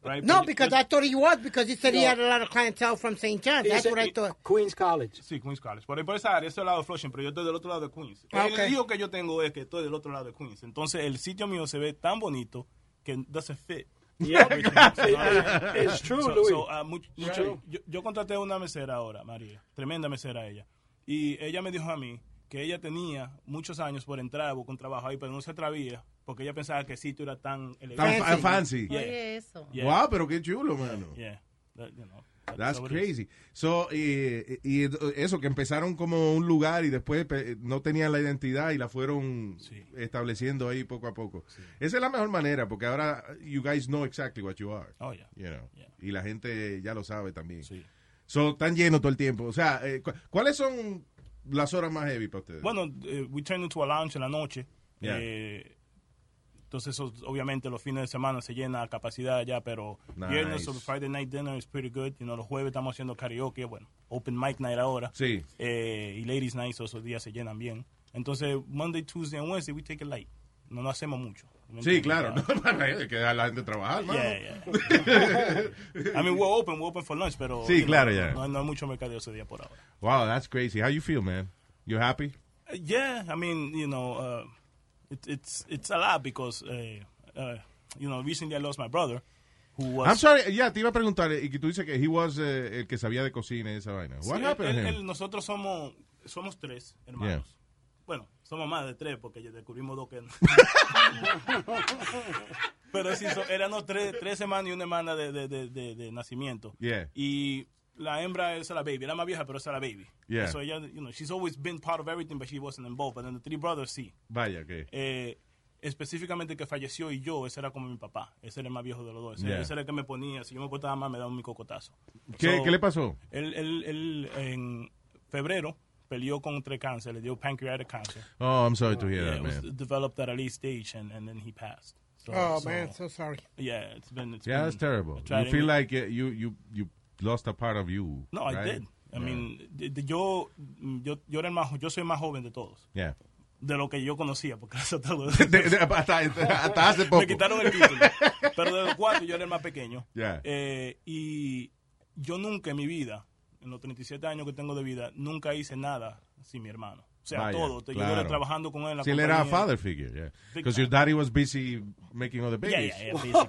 Right?
No,
Pero-
because I thought he was, because he said he
No.
had a lot of clientele from St. John's. That's what I thought.
Queens College.
Sí, Queens College. Por ahí por esa área, ese lado de Flushing, pero yo estoy del otro lado de Queens.
Ah, ok.
El lío que yo tengo es que estoy del otro lado de Queens. Entonces, el sitio mío se ve tan bonito que doesn't fit.
Yeah.
Everything.
It's true,
So-
Luis.
so, ah, much-
It's
mucho-
true.
yo, yo contraté una mesera ahora, María. Tremenda mesera ella. Y ella me dijo a mí que ella tenía muchos años por entrar a buscar un trabajo ahí, pero no se atrevía porque ella pensaba que el sitio era tan elegante.
fa- fancy.
Yeah.
Oye, eso.
Yeah.
Wow, pero qué chulo, mano.
Yeah. That, you know,
That's
how it is.
crazy. So, eh, y, eso, que empezaron como un lugar y después pe- no tenían la identidad y la fueron estableciendo ahí poco a poco. Esa es la mejor manera, porque ahora you guys know exactly what you are.
Oh, yeah.
you know. Y la gente ya lo sabe también. So, están llenos todo el tiempo. O sea, eh, cu- ¿cuáles son las horas más heavy para ustedes?
Bueno, eh, we turned into a lounge en la noche.
Yeah.
Eh, entonces, eso, obviamente, los fines de semana se llena a capacidad ya, pero
Nice.
viernes o Friday night dinner is pretty good. You know, los jueves estamos haciendo karaoke, bueno, open mic night ahora.
Sí.
Eh, y ladies night, so esos días se llenan bien. Entonces, Monday, Tuesday and Wednesday, we take it light. No, no hacemos mucho.
sí, claro. No, hay que dejar a la gente trabajar, mano.
Yeah, yeah. I mean, we're open, we're open for lunch, pero...
Sí,
you know,
claro, yeah.
No, no hay mucho mercadeo ese día por ahora.
Wow, that's crazy. How you feel, man? You happy?
Uh, Yeah, I mean, you know, uh, it, it's it's a lot because, uh, uh, you know, recently I lost my brother, who was.
I'm sorry, ya te iba a preguntar, eh, y que tú dices que he was eh, el que sabía de cocina y esa vaina.
Sí,
What
él-
happened to
él-
him?
él- nosotros somos somos tres hermanos. Bueno, somos más de tres porque ya descubrimos dos que no. Pero sí, so- éramos tres, tres hermanos y una hermana de, de, de, de- de nacimiento.
Yeah.
Y la hembra es la baby, la más vieja, pero es la baby.
Yeah.
So ella, you know, she's always been part of everything, but she wasn't involved. But then the three brothers, sí.
Vaya, que.
Eh, específicamente el que falleció y yo, ese era como mi papá. Ese era el más viejo de los dos. Ese,
Yeah.
ese era el que me ponía. Si yo me portaba mal, me daba mi cocotazo.
¿Qué- qué le pasó?
Él, él- él en febrero peleó contra el cáncer. Le dio pancreatic cancer.
Oh, I'm sorry to hear
Yeah,
that,
it was
man.
developed at a late stage, and, and then he passed. So-
Oh,
so-
man, so sorry.
Yeah, it's been... it's
Yeah,
been
that's terrible.
a
You
tragedy.
feel like uh, you you you lost a part of you.
No, I
right?
did. I mean, de- de- yo, yo, yo, era el más, jo- yo soy el más joven de todos.
Yeah.
De lo que yo conocía, porque hasta, todo-
De- de- hasta- hasta hace poco.
Me quitaron el título. Pero de los cuatro yo era el más pequeño.
Yeah.
Eh, y yo nunca en mi vida, en los 37 años que tengo de vida, nunca hice nada sin mi hermano. O sea,
Vaya,
todo. Te- Yo
claro.
duré trabajando con él. en la
Si él era a
compañía.
father figure, yeah.
Big
Because your daddy was busy making other
Yeah,
babies.
yeah,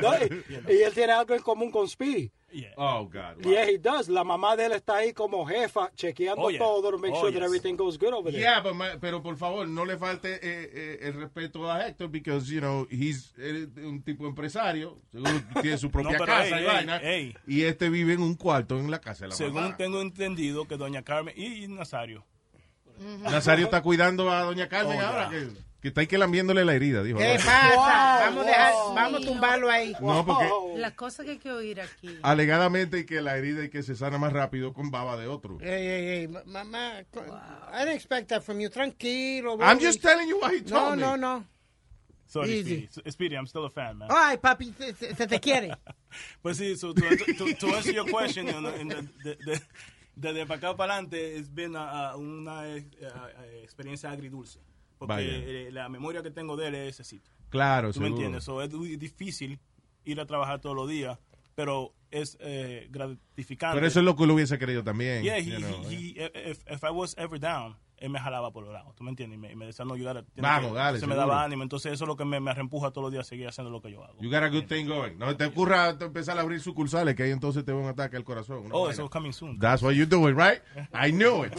No, y, y él tiene algo en común con Speedy.
Oh, God. wow.
Yeah, he does. La mamá de él está ahí como jefa, chequeando
Oh, yeah.
todo to make
Oh,
sure that
yes.
everything goes good over there.
Yeah, but my- pero por favor, no le falte eh, eh, el respeto a Héctor, because, you know, he's eh, un tipo empresario, seguro tiene su propia
No, pero
casa
ey,
y
ey,
vaina,
ey.
y este vive en un cuarto en la casa de la
Según
mamá.
tengo entendido que doña Carmen y, y Nazario.
Nazario está cuidando a doña Carmen
Oh, yeah.
ahora, que, que está ahí que lambiéndole la herida, dijo.
¿Qué
Ahora.
pasa?
Wow,
vamos, a dejar,
wow.
vamos a tumbarlo ahí.
No, porque-
Las cosas que hay que oír aquí.
Alegadamente y que la herida y que se sana más rápido con baba de otro.
Ey, ey, ey, ma- mamá, co- I didn't expect that from you. Tranquilo.
I'm
baby.
just telling you what he
No,
told me.
no, no.
Sorry,
Easy.
Speedy. Speedy, I'm still a fan, man.
Ay, papi, se, se- se te quiere.
Pues sí, so to, to, to answer your question, you know, in the- the- the- desde para acá para adelante es been a- a una eh, a- a experiencia agridulce. Porque
Vaya.
eh, la memoria que tengo de él es ese sitio.
Claro,
¿Tú me
seguro.
entiendes? So, es muy difícil ir a trabajar todos los días, pero es eh, gratificante.
Pero eso es lo que lo hubiese querido también.
Yeah, he,
you know,
he,
eh.
he- if, if I was ever down, él me jalaba por los lados, ¿tú me entiendes? Y me, y me decía, no, you gotta- tienes
Vamos,
que-
dale,
Se me
seguro.
daba ánimo, entonces eso es lo que me, me reempuja todos los días a seguir haciendo lo que yo hago.
You got a good thing going. No te ocurra te empezar a abrir sucursales, que ahí entonces te va un ataque al corazón. una
Oh,
vaina.
eso coming soon.
That's what you're doing, right? I knew it.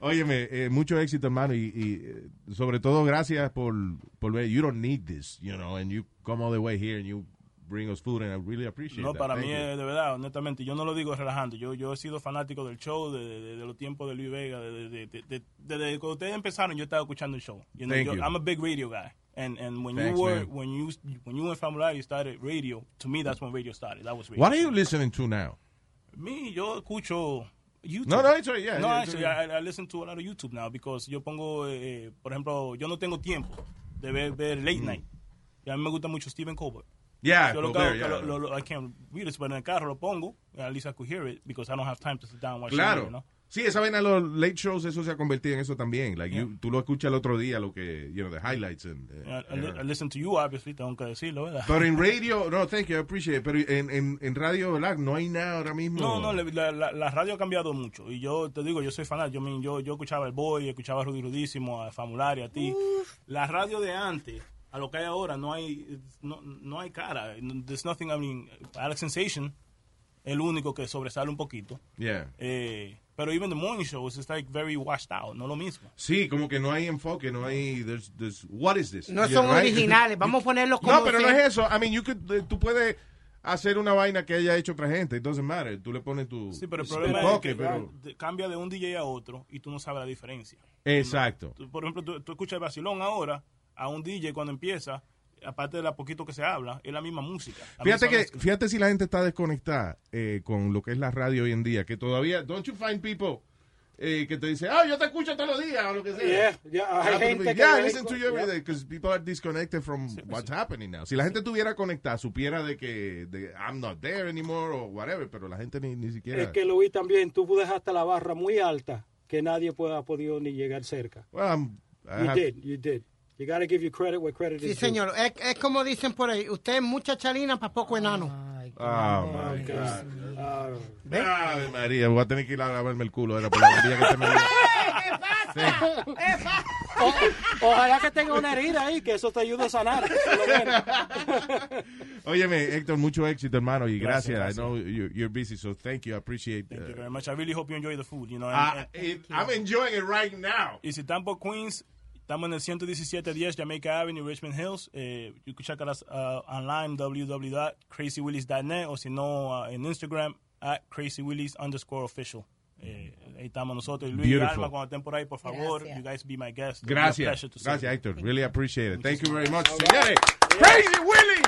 Óyeme, eh, mucho éxito, hermano, y, y, eh, sobre todo gracias por, por ver. You don't need this, you know, and you come all the way here and you bring us food, and I really appreciate
No,
that.
para
Thank
mí,
you.
eh, de verdad, honestamente, yo no lo digo relajando. Yo, yo he sido fanático del show de, de- de los tiempos de Luis Vega. de- de- de- de- de- Desde que ustedes empezaron, yo estaba escuchando el show. You know,
Thank
yo-
you.
I'm a big radio guy. And, and when
Thanks,
you were,
man.
when you, when you and Famulari started radio, to me, that's when radio started. That was radio.
What are you listening to now?
Me, yo escucho YouTube.
No, no, it's all right, yeah,
No,
yeah, it's
actually,
all right.
I, I listen to a lot of YouTube now because yo pongo, eh, eh, por ejemplo, yo no tengo tiempo de ver, ver late night. Y a mí me gusta mucho Stephen Colbert.
Mm. Yeah,
yo lo que
Colbert,
hago, que
yeah.
lo- lo- lo- I can't read it, but en el carro lo pongo. and At least I could hear it because I don't have time to sit down and watch
Claro.
TV, ¿no?
Sí, esa vaina, los late shows, eso se ha convertido en eso también. Like you- tú lo escuchas el otro día, lo que, you know, the highlights. And, eh,
I, I
you
li-
know.
I listen to you, obviously, tengo que decirlo, ¿verdad?
Pero en radio, no, thank you, I appreciate it. Pero en, en, en radio, ¿verdad? No hay nada ahora mismo.
No, no, la, la- la radio ha cambiado mucho. Y yo te digo, yo soy fanático. Yo, me- yo, yo escuchaba el Boy, escuchaba a Rudy Rudísimo, a Famulari, a ti. La radio de antes, a lo que hay ahora, no hay, no, no hay cara. There's nothing, I mean, Alex Sensation, el único que sobresale un poquito.
Yeah.
Eh, pero even the morning shows, it's like very washed out, no lo mismo.
Sí, como que no hay enfoque, no hay. there's- there's- what is this?
No
Yeah,
son
right?
originales. Vamos a ponerlos como.
No, pero no
sea.
es eso. I mean, you could, eh, tú puedes hacer una vaina que haya hecho otra gente. It doesn't matter. Tú le pones tu.
Sí, pero el
tu
problema es
toque,
que
pero-
de- cambia de un DJ a otro y tú no sabes la diferencia.
Exacto.
Tú, por ejemplo, tú, tú escuchas el vacilón ahora a un DJ cuando empieza, aparte de la poquito que se habla, es la misma música. la
Fíjate
misma
que,
mezcla.
fíjate si la gente está desconectada eh, con lo que es la radio hoy en día, que todavía, don't you find people eh, que te dicen, ah, yo te escucho todos los días o lo que
eh,
sea.
Yeah, yeah, hay
Ah, pero-
gente que
yeah, I
ve-
listen to you every
yeah.
day, 'cause people are disconnected from
pues
what's happening now. Si la gente estuviera conectada, supiera de que de, I'm not there anymore o whatever, pero la gente ni, ni siquiera.
Es que lo vi también, tú dejaste la barra muy alta que nadie puede- ha podido ni llegar cerca.
Well, I'm- I
you
have-
did, you did. You gotta give you credit where credit
Sí,
is
señor. Es, es como dicen por ahí. Usted es mucha chalina para poco enano.
Ah,
due.
my God.
Ah,
Ave María, voy a tener que ir a lavarme el culo, era por la bombilla que se me dio.
o- ojalá que tenga una herida ahí, que eso te ayude a sanar. por lo menos.
Óyeme, Héctor, mucho éxito, hermano, y gracias. I
Gracias,
know you- you're busy, so thank you, I appreciate
Thank you
uh,
very much. I really hope you enjoy the food, you know.
Ah, it- I'm enjoying it right now.
Y si están por Queens, Estamos en el 11710 Jamaica Avenue, Richmond Hills. Eh, you can check us uh, online, www.crazywillies.net, o si no, uh, en Instagram, at crazywillies underscore official. Eh, ahí estamos nosotros. Y Luis y
Beautiful.
Alma, cuando estén por ahí, por favor, you guys be my guest. It'll be a
Gracias.
pleasure to see
Gracias,
you.
Héctor. Really appreciate it. Thank you very much.
All
Señores,
right.
Crazy Willy.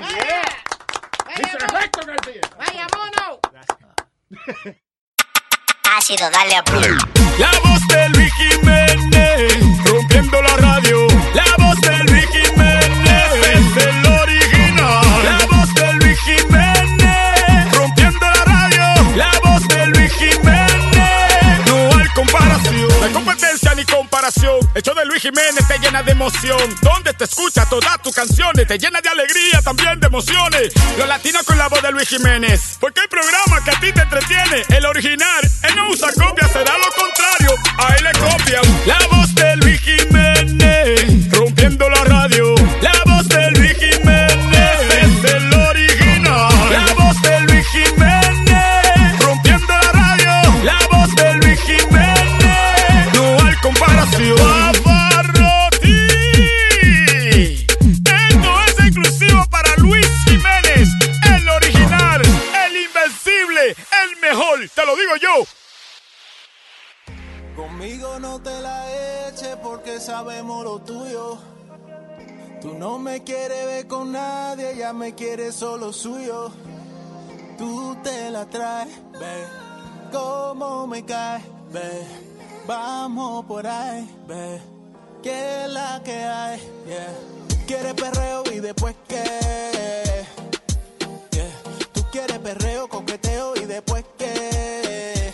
Mr. Héctor
García.
Vaya mono.
Ha sido darle a play.
La voz del Luis Jiménez, rompiendo la radio. La voz del Luis Jiménez, es el original. La voz del Luis Jiménez, rompiendo la radio. La voz del Luis Jiménez, no hay comparación.
No hay competencia ni comparación. El show de Luis Jiménez te llena de emoción. Donde te escucha todas tus canciones. Te llena de alegría, también de emociones. Los latinos con la voz de Luis Jiménez. Porque el programa que a ti te entretiene, el original, él no usa copia, será lo contrario. A él le copian. La voz de Luis Jiménez, rompiendo la radio. La voz de Luis Jiménez, es el original. La voz de Luis Jiménez, rompiendo la radio. La voz de Luis Jiménez, no hay comparación. Pavarotti. Esto es exclusivo para Luis Jiménez, el original, el invencible, el mejor. Te lo digo yo.
Conmigo no te la eches porque sabemos lo tuyo. Tú no me quieres ver con nadie, ya me quieres solo suyo. Tú te la traes, ve cómo me cae, ve. Vamos por ahí, ve que es la que hay, yeah. Quieres perreo y después qué, yeah. Tú quieres perreo, coqueteo y después qué,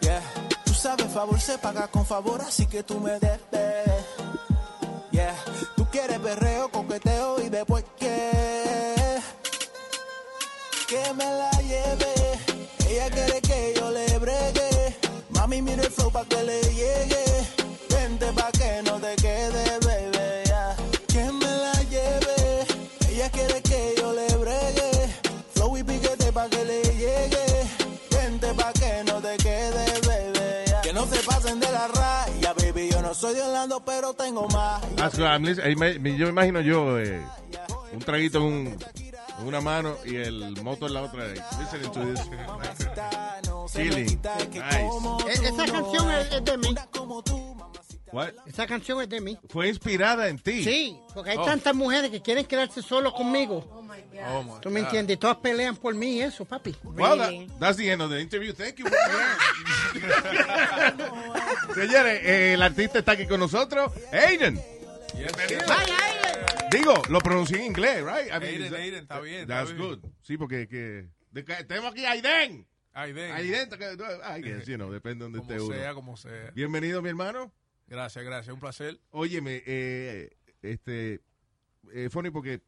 Yeah. Tú sabes, favor se paga con favor, así que tú me debes. Yeah. Tú quieres perreo, coqueteo y después que que me la lleve. Ella quiere que yo le bregue. Mami, mire el flow pa' que le llegue. Vente pa' que no te quede, bebé. ya. Que me la lleve. Ella quiere que yo le bregue. Flow y piquete pa' que le llegue. Vente pa' que no te quede, bebé. ya. Que no se pasen de la raya, baby. Yo no soy de Orlando, pero tengo más.
That's what ah, I'm listening- ahí me- me- Yo me imagino yo eh, un traguito en, un- en una mano y el moto en la otra. eh, Listening to this. Chilling. Nice.
E- Esa canción es, es de mí.
What?
Esa canción es de mí.
Fue inspirada en ti.
Sí, porque hay
Oh.
tantas mujeres que quieren quedarse solo conmigo.
Oh, my
¿Tú me
God.
entiendes? Todas pelean por mí, eso, papi.
Well, that- that's the end of the interview. Thank you. Señores, eh, el artista está aquí con nosotros, Aiden. Digo, lo pronuncié en inglés, right? I mean,
Aiden,
is that-
Aiden, está bien, está
That's
bien.
good. Sí, porque que, de que tenemos aquí a Aiden.
Aiden.
Aiden, I guess, you know, depende donde esté
Como
uno.
sea, como sea.
Bienvenido, mi hermano.
Gracias, gracias. Un placer.
Óyeme, eh, este, eh, funny porque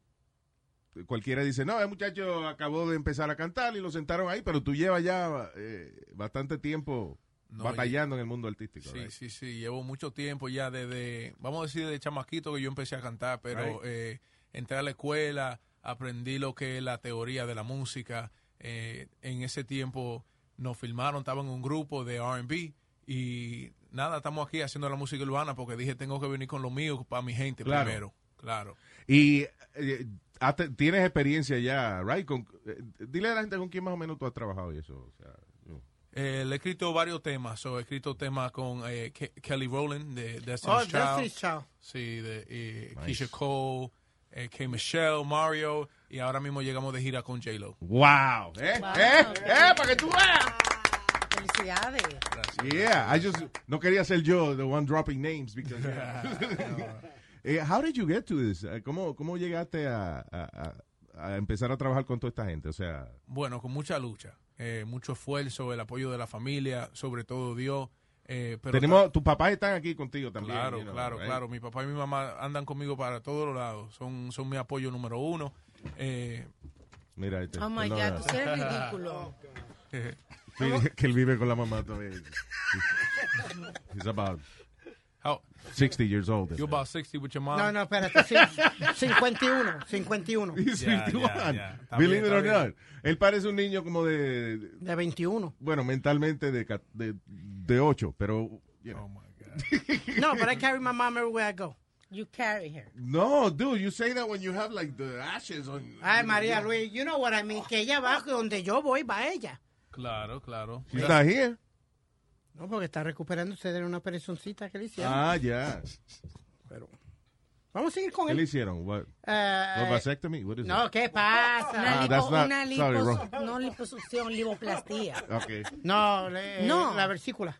cualquiera dice, no, el muchacho acabó de empezar a cantar y lo sentaron ahí, pero tú llevas ya eh, bastante tiempo
No,
batallando en el mundo artístico.
Sí,
right?
sí, sí. Llevo mucho tiempo ya desde, vamos a decir, de chamaquito que yo empecé a cantar, pero
Right.
eh, entré a la escuela, aprendí lo que es la teoría de la música. Eh, en ese tiempo nos filmaron, estaba en un grupo de RB y nada, estamos aquí haciendo la música urbana porque dije, tengo que venir con lo mío para mi gente
Claro.
primero. Claro.
Y eh, hasta- tienes experiencia ya, right? Con- eh, dile a la gente con quién más o menos tú has trabajado y eso. o sea, yo-
Eh, le he escrito varios temas. So, he escrito temas con eh, Ke- Kelly Rowland de Destiny's
Oh,
Child.
Destiny's Child.
Sí, de eh,
Nice.
Keisha Cole, eh, K. Michelle, Mario. Y ahora mismo llegamos de gira con J-Lo.
Wow. ¿Eh? ¿Eh? ¿Eh? Para que tú veas.
Felicidades.
Yeah, I just no quería ser yo the one dropping names because Eh, how did you get to this? Eh, ¿Cómo, cómo llegaste a, a- a- a empezar a trabajar con toda esta gente? O sea,
Bueno, con mucha lucha, eh, mucho esfuerzo, el apoyo de la familia, sobre todo Dios. eh, pero
tenemos tus papás están aquí contigo también.
Claro,
you know,
claro,
right?
claro. Mi papá y mi mamá andan conmigo para todos los lados. Son, son mi apoyo número uno. Eh,
Mira, este,
Oh my
perdona.
God, tú sí eres ridículo.
Sí, que él vive con la mamá todavía. He's about
How-
60 years old.
You're about 60 with your mom.
No, no, espérate. cin- 51, 51.
He's 51. Believe it or not. Él parece un niño como de,
De 21.
bueno, mentalmente de, ca- de, 8, pero you know,
No, but I carry my mom everywhere I go.
You carry her.
No, dude, you say that when you have like the ashes on.
Ay, María Luis, you know what I mean. Que ella va donde yo voy, va ella.
Claro, claro.
She's not here.
No, porque está recuperándose de una operacioncita que le hicieron.
Ah, ya.
Pero. Vamos a seguir con
¿Qué le
él.
hicieron? What?
Eh,
What, vasectomy? What is
No,
it?
¿qué pasa?
Ah, that's not-
una
sorry,
liposu-
wrong.
no liposucción, lipoplastía.
Okay.
No, le-
No.
la versícula.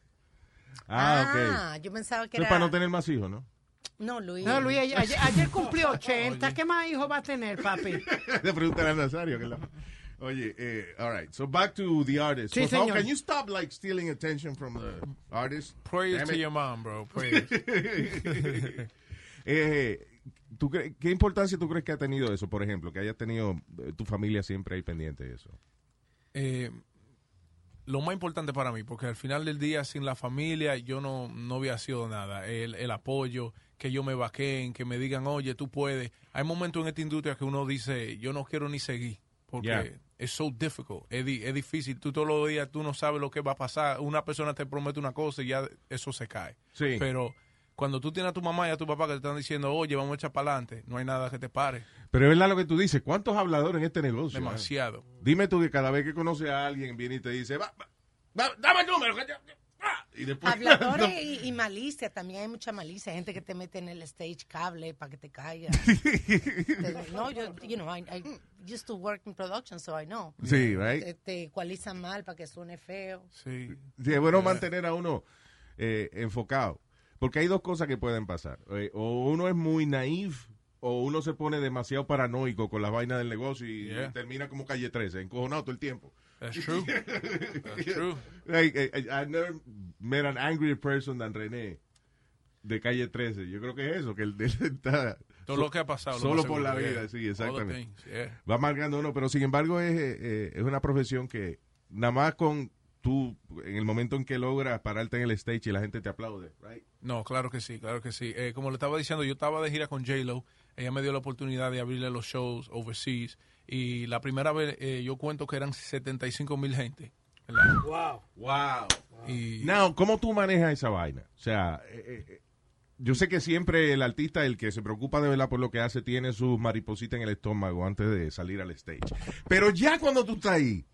Ah, ok.
yo pensaba que
Eso es
era...
para no tener más hijos, ¿no?
No, Luis.
No, Luis, ayer, ayer- ayer cumplió 80. ¿Qué más hijos va a tener, papi?
Le preguntaré a Nazario. Que la... Oye, eh, all right. So back to the artist.
Sí,
So, how
señor.
can you stop like stealing attention from the artist?
Prayers
Damn
to
it.
your mom, bro. Prayers.
Eh, ¿tú cre- ¿Qué importancia tú crees que ha tenido eso, por ejemplo? Que hayas tenido eh, tu familia siempre ahí pendiente de eso.
Eh, lo más importante para mí, porque al final del día sin la familia yo no, no hubiera sido nada. El, el apoyo, que yo me vaqueen, que me digan, oye, tú puedes. Hay momentos en esta industria que uno dice, yo no quiero ni seguir, porque
Yeah.
es so difficult, es, di- es difícil. Tú todos los días, tú no sabes lo que va a pasar. Una persona te promete una cosa y ya eso se cae.
Sí.
Pero cuando tú tienes a tu mamá y a tu papá que te están diciendo, oye, vamos a echar para adelante, no hay nada que te pare.
Pero es verdad lo que tú dices. ¿Cuántos habladores en este negocio? eh?
Demasiado.
Dime tú que cada vez que conoces a alguien viene y te dice, va, va, va, dame el número. que yo- ah", Y después.
Habladores y, y malicia, también hay mucha malicia, gente que te mete en el stage cable para que te caigas. Te- no, yo, you know, I, I used to work in production, so I know.
Sí, right.
Te, te ecualizan mal para que suene feo.
Sí.
Sí, es bueno
Yeah.
mantener a uno eh, enfocado. Porque hay dos cosas que pueden pasar. Eh, o uno es muy naif, o uno se pone demasiado paranoico con las vainas del negocio y,
Yeah.
termina como calle 13, encojonado todo el tiempo.
That's true. That's true.
Like, eh, eh, I've never met an angrier person than René de calle 13. Yo creo que es eso, que él, él está.
Todo lo que ha pasado, lo
Solo
más
por la
seguro,
vida,
yeah.
sí,
All the
exactamente.
things, yeah.
Va marcando uno, pero sin embargo es, eh, eh, es una profesión que nada más con tú, en el momento en que logras pararte en el stage y la gente te aplaude, right?
No, claro que sí, claro que sí. Eh, como le estaba diciendo, yo estaba de gira con J-Lo. Ella me dio la oportunidad de abrirle los shows overseas. Y la primera vez eh, yo cuento que eran 75 mil gente.
Wow.
Wow.
Y
Now, ¿cómo tú manejas esa vaina? O sea, eh, eh, eh, yo sé que siempre el artista, el que se preocupa de verdad por lo que hace, tiene sus maripositas en el estómago antes de salir al stage. Pero ya cuando tú estás ahí,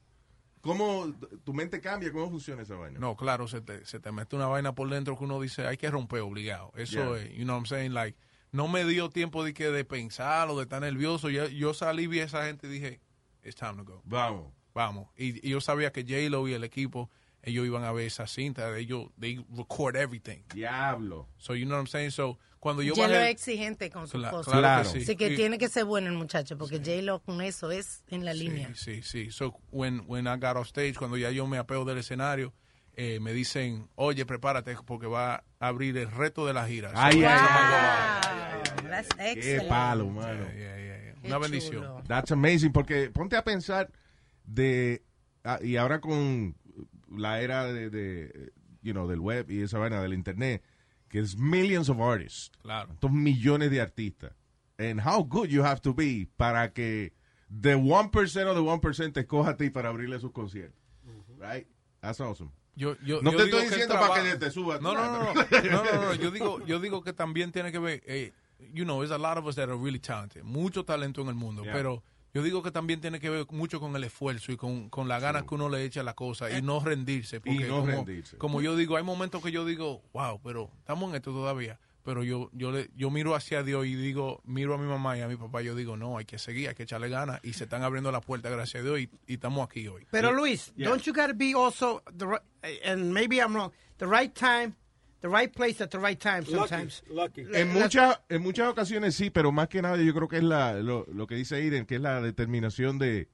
¿cómo tu mente cambia? ¿Cómo funciona esa vaina?
no, claro, se te, se te mete una vaina por dentro que uno dice, hay que romper obligado. Eso
Yeah.
es, you know what I'm saying? Like, no me dio tiempo de, que de pensar o de estar nervioso. Yo, yo salí, vi a esa gente y dije, it's time to go.
Vamos.
Vamos. Y, y yo sabía que J-Lo y el equipo, ellos iban a ver esa cinta. Ellos, they record everything.
Diablo.
So, you know what I'm saying? So, cuando yo
J-Lo
bajé-
es exigente con sus
Cla-
cosas.
claro que sí.
Así que
Y-
tiene que ser bueno el muchacho, porque J-Lo con eso es en la línea.
Sí, sí. So, when, when I got off stage, cuando ya yo me apeo del escenario, eh, me dicen, oye, prepárate porque va a abrir el reto de la gira. So,
Ay, ay,
esa
ay,
manga va.
That's
Qué
excellent.
palo, mano.
Yeah, yeah, yeah. Una bendición.
That's amazing, porque ponte a pensar de, ah, y ahora con la era de, de, you know, del web y esa vaina del internet, que es millions of artists.
Claro.
Estos millones de artistas. And how good you have to be para que the 1% of the 1% te escoja a ti para abrirle sus conciertos. Right? That's awesome.
Yo, yo,
no
yo
te
digo
estoy
que el
diciendo para que
trabajo-
te subas.
No, no, no, no, no, no, no. Yo digo, yo digo que también tiene que ver, eh, you know, there's a lot of us that are really talented, mucho talento en el mundo,
Yeah.
pero yo digo que también tiene que ver mucho con el esfuerzo y con, con las ganas que uno le echa a la cosa y no rendirse, porque
Eh, no
como,
rendirse.
como yo digo, hay momentos que yo digo, wow, pero estamos en esto todavía. Pero yo, yo, le, yo miro hacia Dios y digo, miro a mi mamá y a mi papá, yo digo, no, hay que seguir, hay que echarle ganas. Y se están abriendo las puertas, gracias a Dios, y, y estamos aquí hoy.
Pero Luis, don't you gotta be also the right, and maybe I'm wrong, the right time, the right place at the right time sometimes.
Lucky.
En muchas, en muchas ocasiones sí, pero más que nada yo creo que es la, lo, lo que dice Irene, que es la determinación de,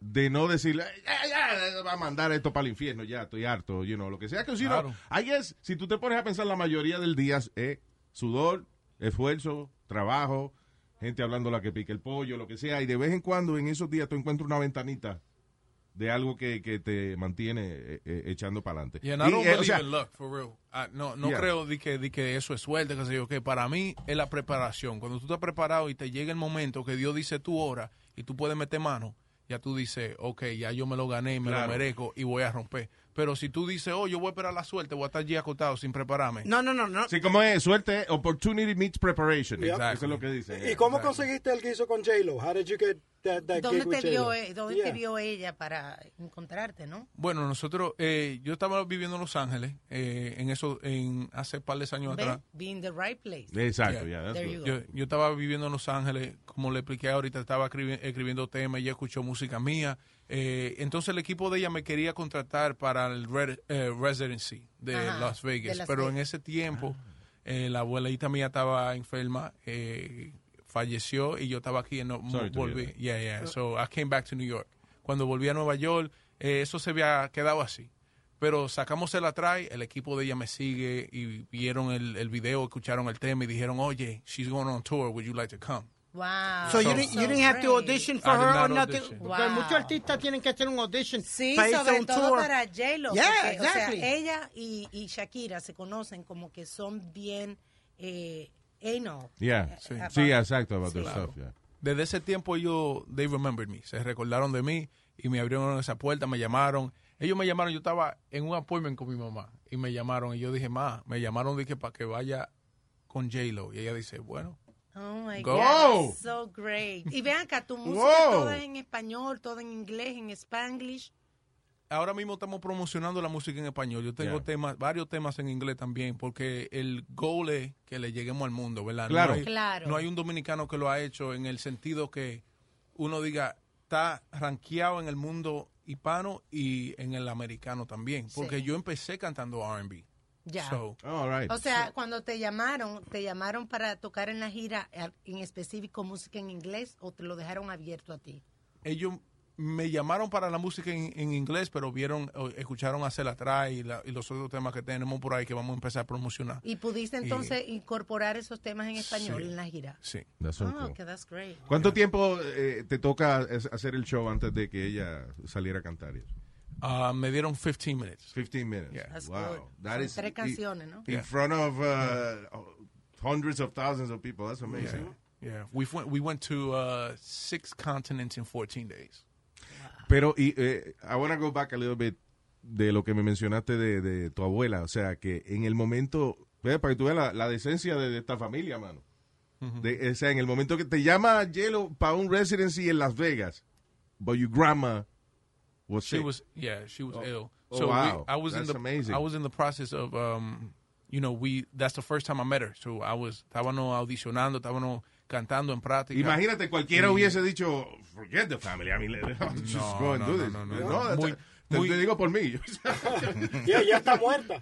de no decir, "Ay, ya, ya, va a mandar esto para el infierno, ya, estoy harto, you know, lo que sea. Que si
Claro.
no, I guess, si tú te pones a pensar, la mayoría del día es eh, sudor, esfuerzo, trabajo, gente hablando la que pica el pollo, lo que sea, y de vez en cuando en esos días tú encuentras una ventanita de algo que, que te mantiene eh, eh, echando para adelante.
Yeah, and I don't
Y, eh, o
believe
sea,
in luck, for real. Ah, no no
Yeah.
creo de que, de que eso es suerte, que sé yo, que para mí es la preparación. Cuando tú estás preparado y te llega el momento que Dios dice tu hora y tú puedes meter mano, ya tú dices, ok, ya yo me lo gané, me
Claro.
lo merezco y voy a romper. Pero si tú dices, oh, yo voy a esperar la suerte, voy a estar allí acotado sin prepararme.
No, no, no, no.
Sí, como es, suerte, opportunity meets preparation.
Yep.
Eso es lo que dice.
¿Y cómo conseguiste el guiso con J-Lo? How did you get that, that
¿Dónde,
gig
te
with
vio,
J-Lo?
eh, dónde
Yeah.
te vio ella para encontrarte, no?
Bueno, nosotros, eh, yo estaba viviendo en Los Ángeles, eh, en eso, en hace par de años
Ve,
atrás.
Be in the right place.
Exacto, yeah, that's
There you
good.
Yo, yo estaba viviendo en Los Ángeles, como le expliqué ahorita, estaba escribi- escribiendo temas, ella escuchó música mía. Eh, entonces el equipo de ella me quería contratar para el re- eh, residency de
Ajá,
Las Vegas,
de Las
pero en
Vegas.
ese tiempo eh, la abuelita mía estaba enferma, eh, falleció y yo estaba aquí y no
Sorry to hear
volví.
that.
Yeah, yeah. So I came back to New York. Cuando volví a Nueva York, eh, eso se había quedado así. Pero sacamos el atrás, el equipo de ella me sigue y vieron el, el video, escucharon el tema y dijeron, oye, she's going on tour, would you like to come?
Wow.
So you didn't, you didn't have to
great.
audition for
I did
her or
not
nothing.
audition.
Porque
Wow.
muchos artistas tienen que hacer un audition
Sí,
para irse a
sobre
un
todo
tour.
para J-Lo.
Yeah,
porque, o sea,
exactly.
ella y, y Shakira se conocen como que son bien eh, anal.
Yeah. Sí,
Eh, about-
exacto, about their
Sí.
stuff, yeah.
Desde ese tiempo ellos, they remembered me, se recordaron de mí y me abrieron esa puerta, me llamaron. Ellos me llamaron, yo estaba en un appointment con mi mamá y me llamaron y yo dije, ma, me llamaron dije para que vaya con J-Lo. Y ella dice, bueno,
Oh my
Go.
God, that's so great. Y vean acá, tu música
Wow.
toda en español, toda en inglés, en spanglish.
ahora mismo estamos promocionando la música en español. Yo tengo
Yeah.
temas, varios temas en inglés también, porque el goal es que le lleguemos al mundo, ¿verdad?
Claro.
No hay,
Claro.
no hay un dominicano que lo ha hecho en el sentido que uno diga, está rankeado en el mundo hispano y en el americano también, porque
Sí.
yo empecé cantando R&B.
Ya.
So-
O sea, cuando te llamaron, ¿te llamaron para tocar en la gira eh, en específico música en inglés o te lo dejaron abierto a ti?
ellos me llamaron para la música en, en inglés, pero vieron, o escucharon hacer atrás y, la- y los otros temas que tenemos por ahí que vamos a empezar a promocionar.
Y pudiste
Y-
entonces incorporar esos temas en español
Sí.
en la gira.
Sí.
That's so
Oh,
cool.
okay, that's great.
¿Cuánto tiempo eh, te toca es- hacer el show antes de que ella saliera a cantar?
Ah, me dieron 15 minutes.
15 minutes.
That's
wow.
good.
That
Son
is-
tres
i-
canciones, ¿no?
In
Yeah.
front of uh, hundreds of thousands of people. That's amazing.
Yeah. We, went, we went to uh, six continents in 14 days.
Pero, y, eh, I want go back a little bit de lo que me mencionaste de, de tu abuela. O sea, que en el momento, ve, para que tú veas la, la decencia de, de esta familia, mano. De- o sea, en el momento que te llama Yelo para un residency en Las Vegas, but your grandma was
She
sick.
was, yeah, she was ill.
oh,
so we-
wow.
I was in
That's
the,
amazing.
I was in the process of, um, you know, we, that's the first time I met her. So I was, estábamos audicionando, estábamos cantando en práctica.
Imagínate, cualquiera
Y-
hubiese dicho, forget the family. I mean, let's just
No,
go and
no,
do
no,
this.
no, no,
No,
no.
that's-
Muy-
te, te digo por mí.
Yeah, ella está muerta.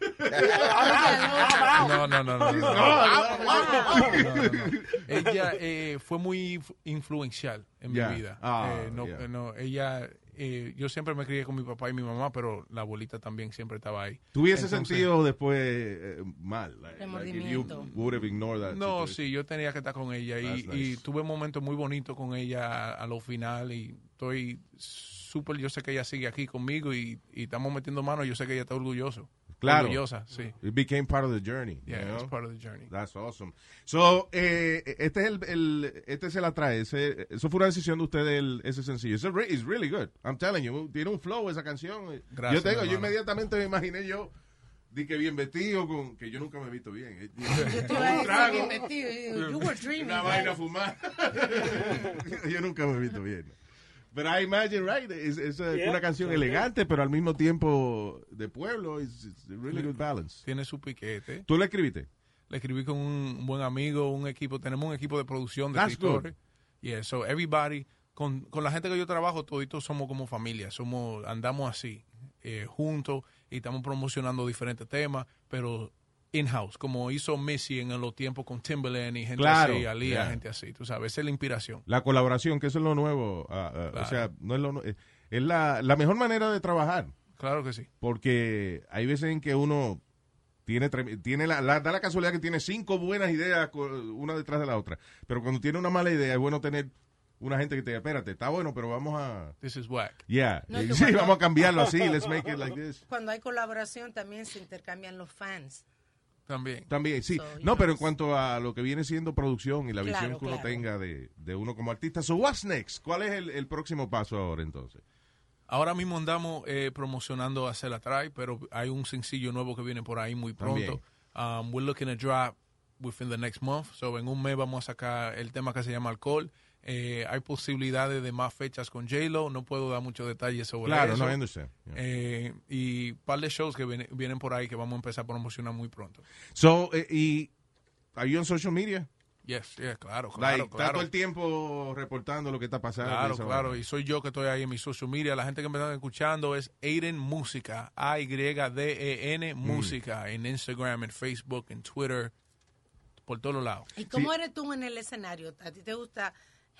I'm out.
No, no, no, no.
No,
no. No, no, no. Ella eh, fue muy inf- influencial en
Yeah.
mi vida.
Ah,
Eh, no,
yeah.
eh, no, ella, eh, yo siempre me crié con mi papá y mi mamá, pero la abuelita también siempre estaba ahí.
Tú hubiese
Entonces-
sentido después eh, mal. Like, like if you
Remordimiento.
would have ignored that.
No,
situation.
sí, yo tenía que estar con ella y,
That's
y tuve momentos muy bonitos con ella a, a lo final y estoy súper, yo sé que ella sigue aquí conmigo y, y estamos metiendo manos, yo sé que ella está orgulloso,
Claro.
orgullosa, sí.
It became part of the journey.
Yeah,
you know?
it's part of the journey.
That's awesome. So, eh, este es el, el- este se la trae. Ese, eso fue una decisión de ustedes, el- ese sencillo. It's, a re- it's really good. I'm telling you. Tiene un flow esa canción.
Gracias,
yo tengo, yo
hermano.
inmediatamente me imaginé yo, di que bien vestido, con, que yo nunca me he visto bien.
Tú
Con
vas a
un
decir
trago,
bien vestido, you- you were dreaming.
Una vaina fumada. yo nunca me he visto bien. Pero I imagine, right? Es, es, eh,
Yeah.
una canción
Yeah.
elegante, pero al mismo tiempo de pueblo. It's, it's a really good balance.
Tiene su piquete.
¿Tú la escribiste?
Le escribí con un buen amigo, un equipo. Tenemos un equipo de producción de
That's
escritores. Yeah, so everybody, con, con la gente que yo trabajo, toditos somos como familia. Somos, andamos así, eh, juntos, y estamos promocionando diferentes temas, pero in-house, como hizo Missy en los tiempos con Timberland y gente
Claro,
así, Alía,
yeah.
gente así. Tú sabes, esa es la inspiración.
La colaboración, que eso es lo nuevo. ah, ah,
Claro.
O sea, no es lo nu- eh, Es la, la mejor manera de trabajar.
Claro que sí.
Porque hay veces en que uno tiene, trem- tiene la, la- da la casualidad que tiene cinco buenas ideas co- una detrás de la otra. Pero cuando tiene una mala idea, es bueno tener una gente que te diga, espérate, está bueno, pero vamos a...
This is whack.
Yeah.
No, tú
sí,
cuando-
vamos a cambiarlo así. Let's make it like this.
Cuando hay colaboración también se intercambian los fans.
También.
También, sí.
So, you
no,
know,
pero en cuanto a lo que viene siendo producción y la
Claro,
visión que uno
claro.
tenga de, de uno como artista. So, what's next? ¿Cuál es el, el próximo paso ahora, entonces?
Ahora mismo andamos eh, promocionando a Cela Try, pero hay un sencillo nuevo que viene por ahí muy pronto. Um, we're looking to drop within the next month. So, en un mes vamos a sacar el tema que se llama Alcohol. Eh, hay posibilidades de más fechas con J-Lo. No puedo dar muchos detalles sobre
Claro,
eso.
no, I understand. Yeah.
Eh, y par de shows que viene- vienen por ahí que vamos a empezar a promocionar muy pronto.
So, eh, y, ¿are you on social media?
Yes, yeah, claro, claro,
Like, está
claro.
todo el tiempo reportando lo que está pasando.
Claro,
esa
claro.
vaina.
Y soy yo que estoy ahí en mi social media. La gente que me están escuchando es Aiden Música.
Mm.
A-Y-D-E-N E Música. En Instagram, en Facebook, en Twitter. Por todos lados.
¿Y cómo eres tú en el escenario? ¿A ti te gusta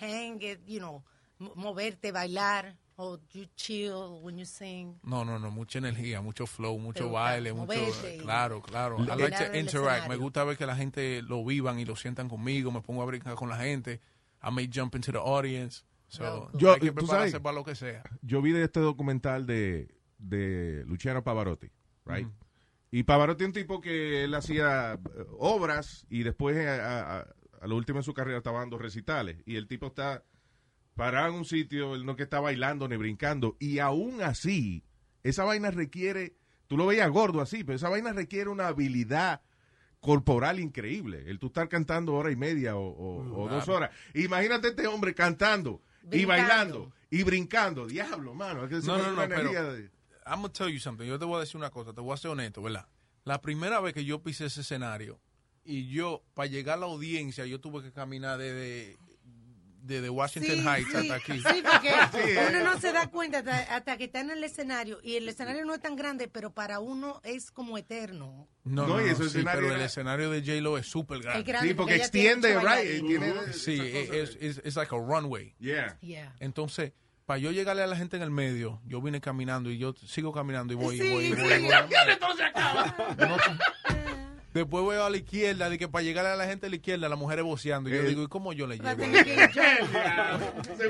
hang, it, you know, mo- moverte, bailar? ¿O you chill when you sing?
No, no, no. Mucha energía, mucho flow, mucho
gusta
baile. mucho
moverte y
Claro, claro. I
llenar
like to
el
interact. Me
escenario.
gusta ver que la gente lo vivan y lo sientan conmigo. Me pongo a brincar con la gente. I may jump into the audience. So,
Yo-
hay que
tú
prepararse
sabes-
para lo que sea.
Yo vi de este documental de, de Luciano Pavarotti, right? Y Pavarotti es un tipo que él hacía eh, obras y después eh, a, a- a lo último en su carrera estaba dando recitales. Y el tipo está parado en un sitio, él no que está bailando ni brincando. Y aún así, esa vaina requiere, tú lo veías gordo así, pero esa vaina requiere una habilidad corporal increíble. El tú estar cantando hora y media o, o- o
Claro.
dos horas. Imagínate este hombre cantando y
Brincando.
bailando y brincando. Diablo, mano. es que se
No,
pone
no,
una
no, pero
energía de-
I'm gonna tell you something. Yo te voy a decir una cosa, te voy a ser honesto, ¿verdad? La primera vez que yo pisé ese escenario y yo, para llegar a la audiencia, yo tuve que caminar desde, desde Washington
Sí,
Heights
sí,
hasta aquí.
Sí, porque
Sí,
uno
eh.
no se da cuenta hasta, hasta que está en el escenario. Y el escenario no es tan grande, pero para uno es como eterno.
No,
No,
no,
y
no,
ese
sí,
escenario
pero
era-
el escenario de J-Lo es súper grande.
Es grande, Sí, porque porque ella tiene extiende, mucho right, bailarín. tiene
Sí, e, es es- it's like a runway.
Yeah.
Yeah.
Entonces, para yo llegarle a la gente en el medio, yo vine caminando y yo sigo caminando y voy, y
Sí,
voy, y
sí,
voy, y voy.
entonces acaba.
Después voy a la izquierda, de que para llegar a la gente de la izquierda, las mujeres voceando. Y yo digo, ¿y cómo yo le llego?
Se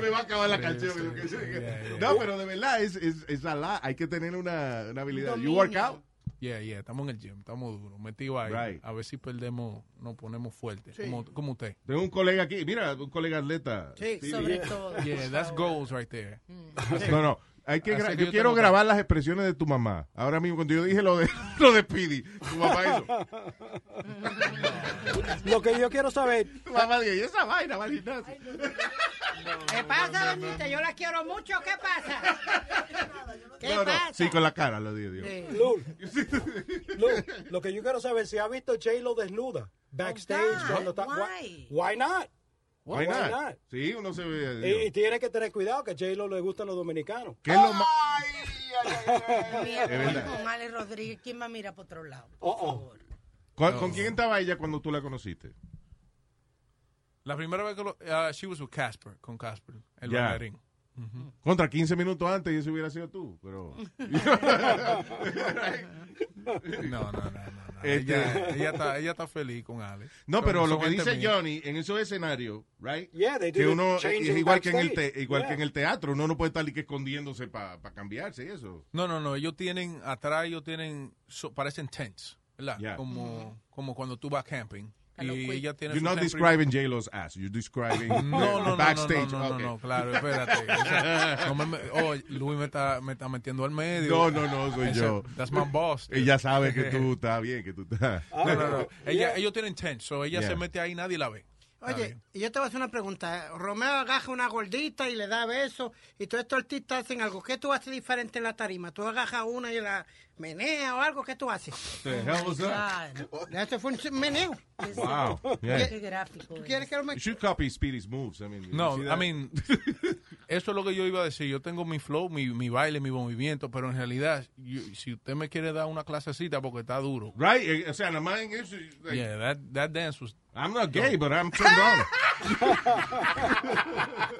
me va a acabar la canción. lo que sea. No, pero de verdad es, es, es a la- Hay que tener una, una habilidad. You work out.
Yeah, yeah, estamos en el gym, estamos duros, metidos ahí.
Right.
A ver si perdemos, nos ponemos fuertes,
Sí.
como, como usted.
Tengo un colega aquí. Mira, un colega atleta. Stevie.
Yeah, that's goals right there.
Mm. No, no. Hay que
Así
gra-
que
yo,
yo
quiero
tengo-
grabar las expresiones de tu mamá. Ahora mismo, cuando yo dije lo de, lo de Speedy, tu mamá hizo.
Lo que yo quiero saber.
Mamá dijo, "Y esa vaina, va al gimnasio".
¿Qué pasa, doñita? Yo la quiero mucho. ¿Qué pasa? ¿Qué
No, no,
pasa?
Ah, Sí, con la cara lo digo. digo.
Lul, Lul, lo que yo quiero saber si ha visto J-Lo desnuda backstage
God,
cuando está.
why?
Why, why not?
Why not? Sí, uno se ve.
Y, y tiene que tener cuidado que a J-Lo le gustan los dominicanos.
¿Qué es lo más?
Mira,
Es verdad.
con Alex Rodríguez, ¿quién va a mirar por otro lado?
¿Con, con quién estaba ella cuando tú la conociste?
La primera vez que lo. ah, she was with Casper, con Casper, el
Yeah.
bailarín. Ujú.
Contra 15 minutos antes y eso hubiera sido tú, pero...
No, no, no, no. no.
Este-
Ella, ella está, ella está feliz con Alex.
No,
Son-
pero lo
son
que
gente
dice
mía.
Johnny en esos escenarios, right?
Yeah, they do
que
the
uno es
changing
igual que en el
backstage.
te- igual
Yeah.
que en el teatro, uno no puede estar like, escondiéndose para cambiarse y eso.
No, no, no. Ellos tienen, atrás ellos tienen, so- parecen tents, ¿verdad? Como, como cuando tú vas camping. Y ella tiene
You're
su
not
tent
describing J-Lo's ass, you're describing the-
No, no,
the
no,
backstage.
no, no, no,
Okay.
no, claro, espérate. O sea, no me, me- oh, Luis me está, me está metiendo al medio.
No, no, no, soy
Ese-
yo.
That's my boss.
Ella sabe que tú estás bien, que tú estás...
No, no,
Ah,
no. Ella, Ellos tienen tent, so ella
Yeah.
se mete ahí y nadie la ve.
Oye, y yo te voy a hacer una pregunta. Romeo agaja una gordita y le da besos y todos estos artistas hacen algo. ¿Qué tú haces diferente en la tarima? ¿Tú agajas una y la menea o algo? ¿Qué tú haces?
The hell was that?
Eso fue un meneo.
Wow, yeah.
Qué
gráfico.
¿Tú quieres que lo me...
You should copy Speedy's moves. I mean, you
No,
see
I
that?
mean, eso es lo que yo iba a decir. Yo tengo mi flow, mi, mi baile, mi movimiento, pero en realidad, yo- si usted me quiere dar una clasecita porque está duro.
Right, eh, o sea, nada más en eso. like-
yeah, that, that dance was...
I'm not gay, but I'm turned on.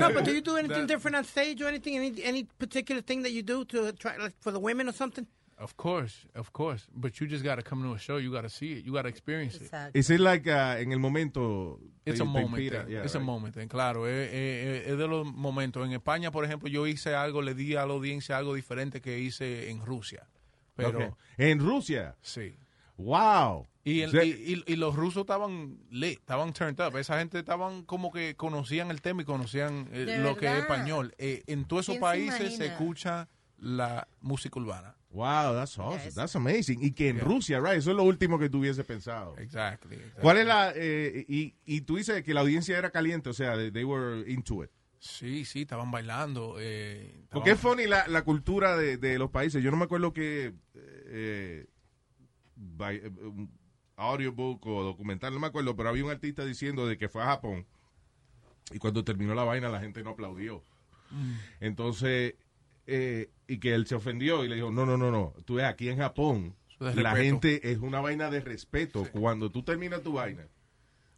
No, but do you do anything
That-
different on stage or anything? Any, any particular thing that you do to try, like, for the women or something?
Of course, of course. But you just got to come to a show. You got to see it. You got to experience it.
Is it like uh, en el momento?
It's
te-
a
te
moment.
inspira?
thing.
Yeah,
It's a
right.
moment. thing, Claro, es, es- es de los momentos. En España, por ejemplo, yo hice algo, le di a la audiencia algo diferente que hice en Rusia. Pero
Ok. En Rusia.
sí.
Wow.
Y, el-
O sea-
y- y- y los rusos estaban lit, estaban turned up. Esa gente estaban como que conocían el tema y conocían eh,
De
lo que es
verdad.
español. Eh, en todos esos
¿Quién se
países se
imagina?
escucha la música urbana.
Wow, that's awesome. That's amazing. Y que en Rusia, right? Eso es lo último que tú hubiese pensado.
Exactly.
¿Cuál es la. eh, y, y tú dices que la audiencia era caliente, o sea, they, they were into it.
Sí, sí, estaban bailando. eh, estaban-
Porque es funny la, la cultura de, de los países. Yo no me acuerdo que. Eh, by- eh, un audiobook o documental, no me acuerdo, pero había un artista diciendo de que fue a Japón y cuando terminó la vaina la gente no aplaudió.
Mm.
Entonces, eh, y que él se ofendió y le dijo, no, no, no, no, tú ves aquí en Japón,
es
la
respeto.
gente es una vaina de respeto. Cuando tú terminas tu vaina,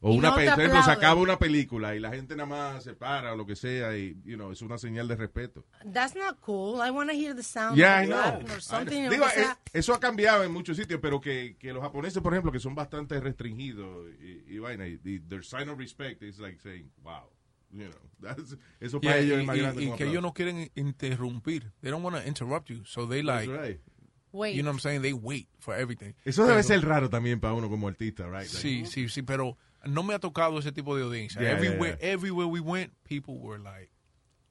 o
Y
una
no
pe-
te
por ejemplo, se
aplauden.
acaba una película y la gente nada más se para o lo que sea y, you know, es una señal de respeto.
That's not cool. I want to hear the sound
Yeah,
of
I know.
Wagner or something.
Digo,
o sea,
eh, eso ha cambiado en muchos sitios, pero que, que los japoneses, por ejemplo, que son bastante restringidos y, y vaina, y, y their sign of respect is like saying, wow, you know, that's- eso para ellos
Yeah, y,
es más
y-
grande.
y
como
que
aplauso.
ellos no quieren interrumpir. They don't want to interrupt you. So they
That's
like.
right.
Wait.
You know what I'm saying? They wait for everything.
Eso debe
Pero-
ser raro también para uno como artista, right? Like,
Sí, sí, sí, pero no me ha tocado ese tipo de audiencia.
Yeah,
everywhere,
yeah,
everywhere we went, people were like,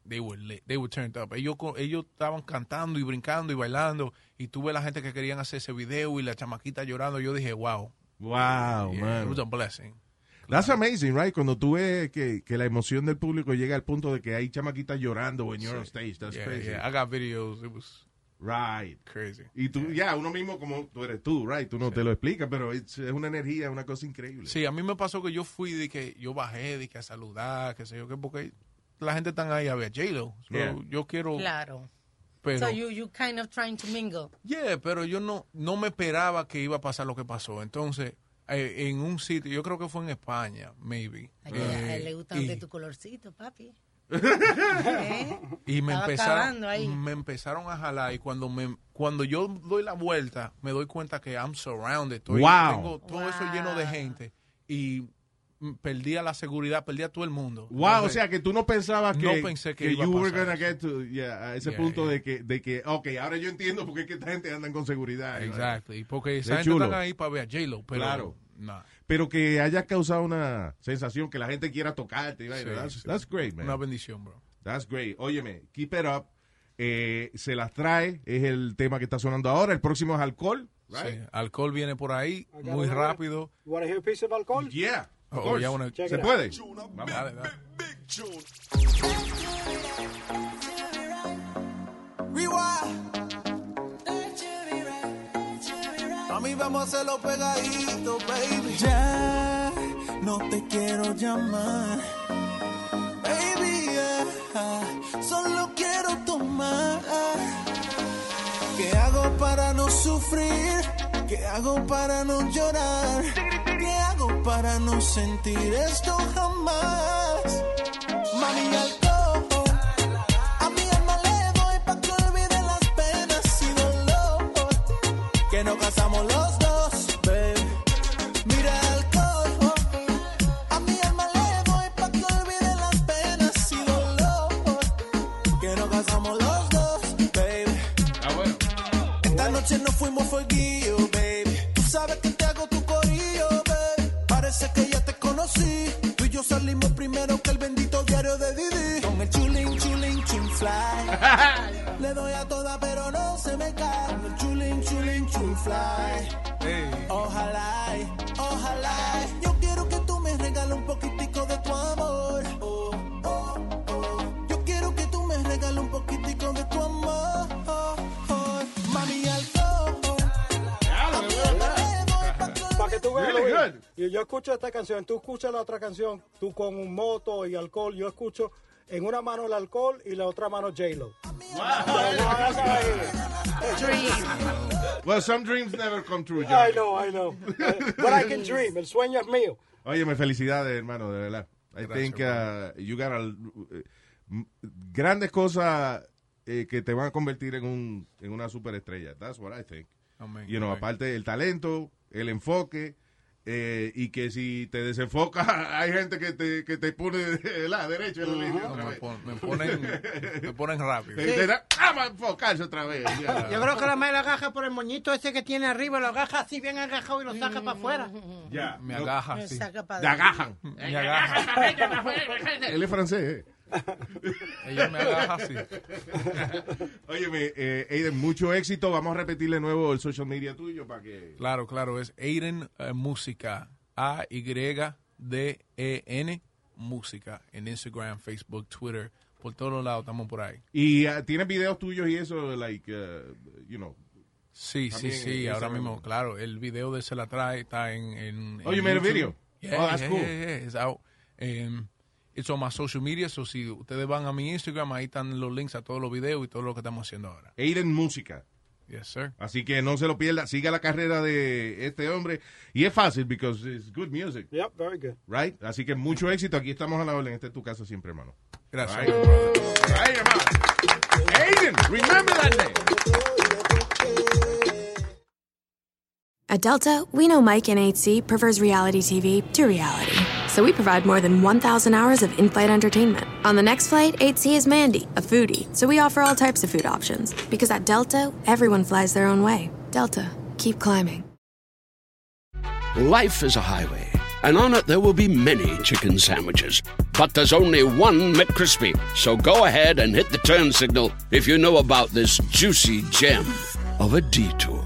they were lit, they were turned up. Ellos, co- ellos estaban cantando y brincando y bailando, y tuve la gente que querían hacer ese video y la chamaquita llorando. Yo dije, wow,
Wow,
Yeah,
man.
it was a blessing.
That's amazing, right? Cuando tú ves que, que la emoción del público llega al punto de que hay chamaquitas llorando when you're on stage, that's
Yeah,
crazy.
yeah, I got videos. It was
Right.
crazy.
Y tú, ya, uno mismo como tú eres tú, right? Tú no te lo explicas, pero it's- es una energía, una cosa increíble.
Sí, a mí me pasó que yo fui de que yo bajé de que a saludar, que sé yo qué, porque la gente está ahí a ver J-Lo. So,
Yeah.
Yo quiero,
claro.
pero...
so you, you kind of trying to mingle.
Yeah, pero yo no, no me esperaba que iba a pasar lo que pasó. Entonces, eh, en un sitio, yo creo que fue en España, maybe.
A él- a él
eh,
le gusta
y-
de tu colorcito, papi. ¿Eh?
y me
Estaba
empezaron,
acabando ahí.
me empezaron a jalar y cuando me cuando yo doy la vuelta me doy cuenta que I'm surrounded, estoy-
Wow.
tengo todo eso lleno de gente y mm, perdía la seguridad, perdía todo el mundo.
Wow, o
Entonces,
sea, que tú no pensabas que,
No pensé que iba a
you were
pasar
gonna get to, yeah, a ese
Yeah,
punto De, que, de que, ok, ahora yo entiendo por qué es que esta gente andan con seguridad.
Exactly, porque
Qué
esa gente
chulo.
están ahí para ver a J-Lo, pero
Claro.
nah,
Pero que hayas causado una sensación que la gente quiera tocarte. y vaina.
Sí,
that's,
sí.
that's great, man.
una bendición, bro.
That's great. Óyeme, keep it up. Eh, se las trae, es el tema que está sonando ahora. El próximo es alcohol, right?
Sí, alcohol viene por ahí
Acá
muy
lo-
rápido.
You want to hear a piece of alcohol?
Yeah.
Oh,
course.
ya una-
¿Se puede?
Vamos, dale, dale.
Rewind. Mami, vamos a hacerlo pegadito, baby. Ya no te quiero llamar. Baby, ya, solo quiero tomar. ¿Qué hago para no sufrir? ¿Qué hago para no llorar? ¿Qué hago para no sentir esto jamás? Mami, alcohol. A mi alma le doy pa' que olvide las penas y dolor. Que nos casamos los dos, baby. Mira alcohol. A mi alma le doy pa' que olvide las penas y dolor. Que nos casamos los dos, baby. Esta noche nos fuimos fueguillo, baby. Tú sabes que te hago tu corillo, baby. Parece que ya te conocí. Tú y yo salimos primero que el bendito diario de Didi. Con el chulín, chulín, chun fly. Le doy a toda, pero no se me cae. Con el chulín, chulín, chun fly. Ojalá, ojalá. Yo quiero que tú me regales un poquitico de tu amor. Oh, oh, oh. Yo quiero que tú me regales un poquitico de tu amor. Oh, oh. Mami, alcohol.
Para que tú veas.
Really
Luis, yo, yo escucho esta canción, tú escuchas la otra canción, tú con un moto y alcohol. Yo escucho en una mano el alcohol y la otra mano J-Lo.
Well, some dreams never come true,
I
Johnny.
know, I know. But I can dream. El sueño es mío.
Óyeme, felicidades, hermano, de verdad. I think uh, you got a- m- grandes cosas eh, que te van a convertir en, un, en una superestrella. That's what I think.
Amén.
You know,
Amén.
aparte del talento, el enfoque, eh, eh, y que si te desenfocas, hay gente que te, que te pone la derecha. la línea otra
me,
vez.
pon- me ponen, me ponen rápido.
Te- te da- ¡Ah, va a enfocarse otra vez! Ya.
Yo creo que la madre lo agaja por el moñito ese que tiene arriba, lo agaja así bien agajado y lo saca para afuera.
Ya.
Me
No.
agaja, sí.
Te agajan.
Me agaja.
Él es francés. ¿eh?
Ella me agaja así.
Óyeme, eh, Aiden, mucho éxito. Vamos a repetir de nuevo el social media tuyo para que...
Claro, claro, es Aiden eh, Música. A-Y-D-E-N Música. E En Instagram, Facebook, Twitter. Por todos lados estamos por ahí.
Y ah, tienes videos tuyos y eso, like, uh, you know.
Sí, sí,
También en
sí, ahora
Instagram.
mismo, claro. El video de Se la trae está en. en
Oh,
en
you made a
YouTube.
video?
Yeah,
Oh, that's
yeah,
cool.
yeah, yeah, it's out. Um, it's on my social media. So si ustedes van a mi Instagram, ahí están los links a todos los videos y todo lo que estamos haciendo ahora.
Aiden Música.
Yes, sir.
Así que no se lo pierda. Siga la carrera de este hombre. Y es fácil, because it's good music,
Yep, very good.
right? Así que mucho éxito. Aquí estamos a la orden. Este es tu casa siempre, hermano.
Gracias.
All right, brother. All right, hermano. Aiden, remember that name.
At Delta, we know Mike in 8C prefers reality TV to reality. So we provide more than 1,000 hours of in flight entertainment. On the next flight, 8C is Mandy, a foodie. So we offer all types of food options. Because at Delta, everyone flies their own way. Delta, keep climbing.
Life is a highway, and on it there will be many chicken sandwiches. But there's only one McCrispy. So go ahead and hit the turn signal if you know about this juicy gem of a detour.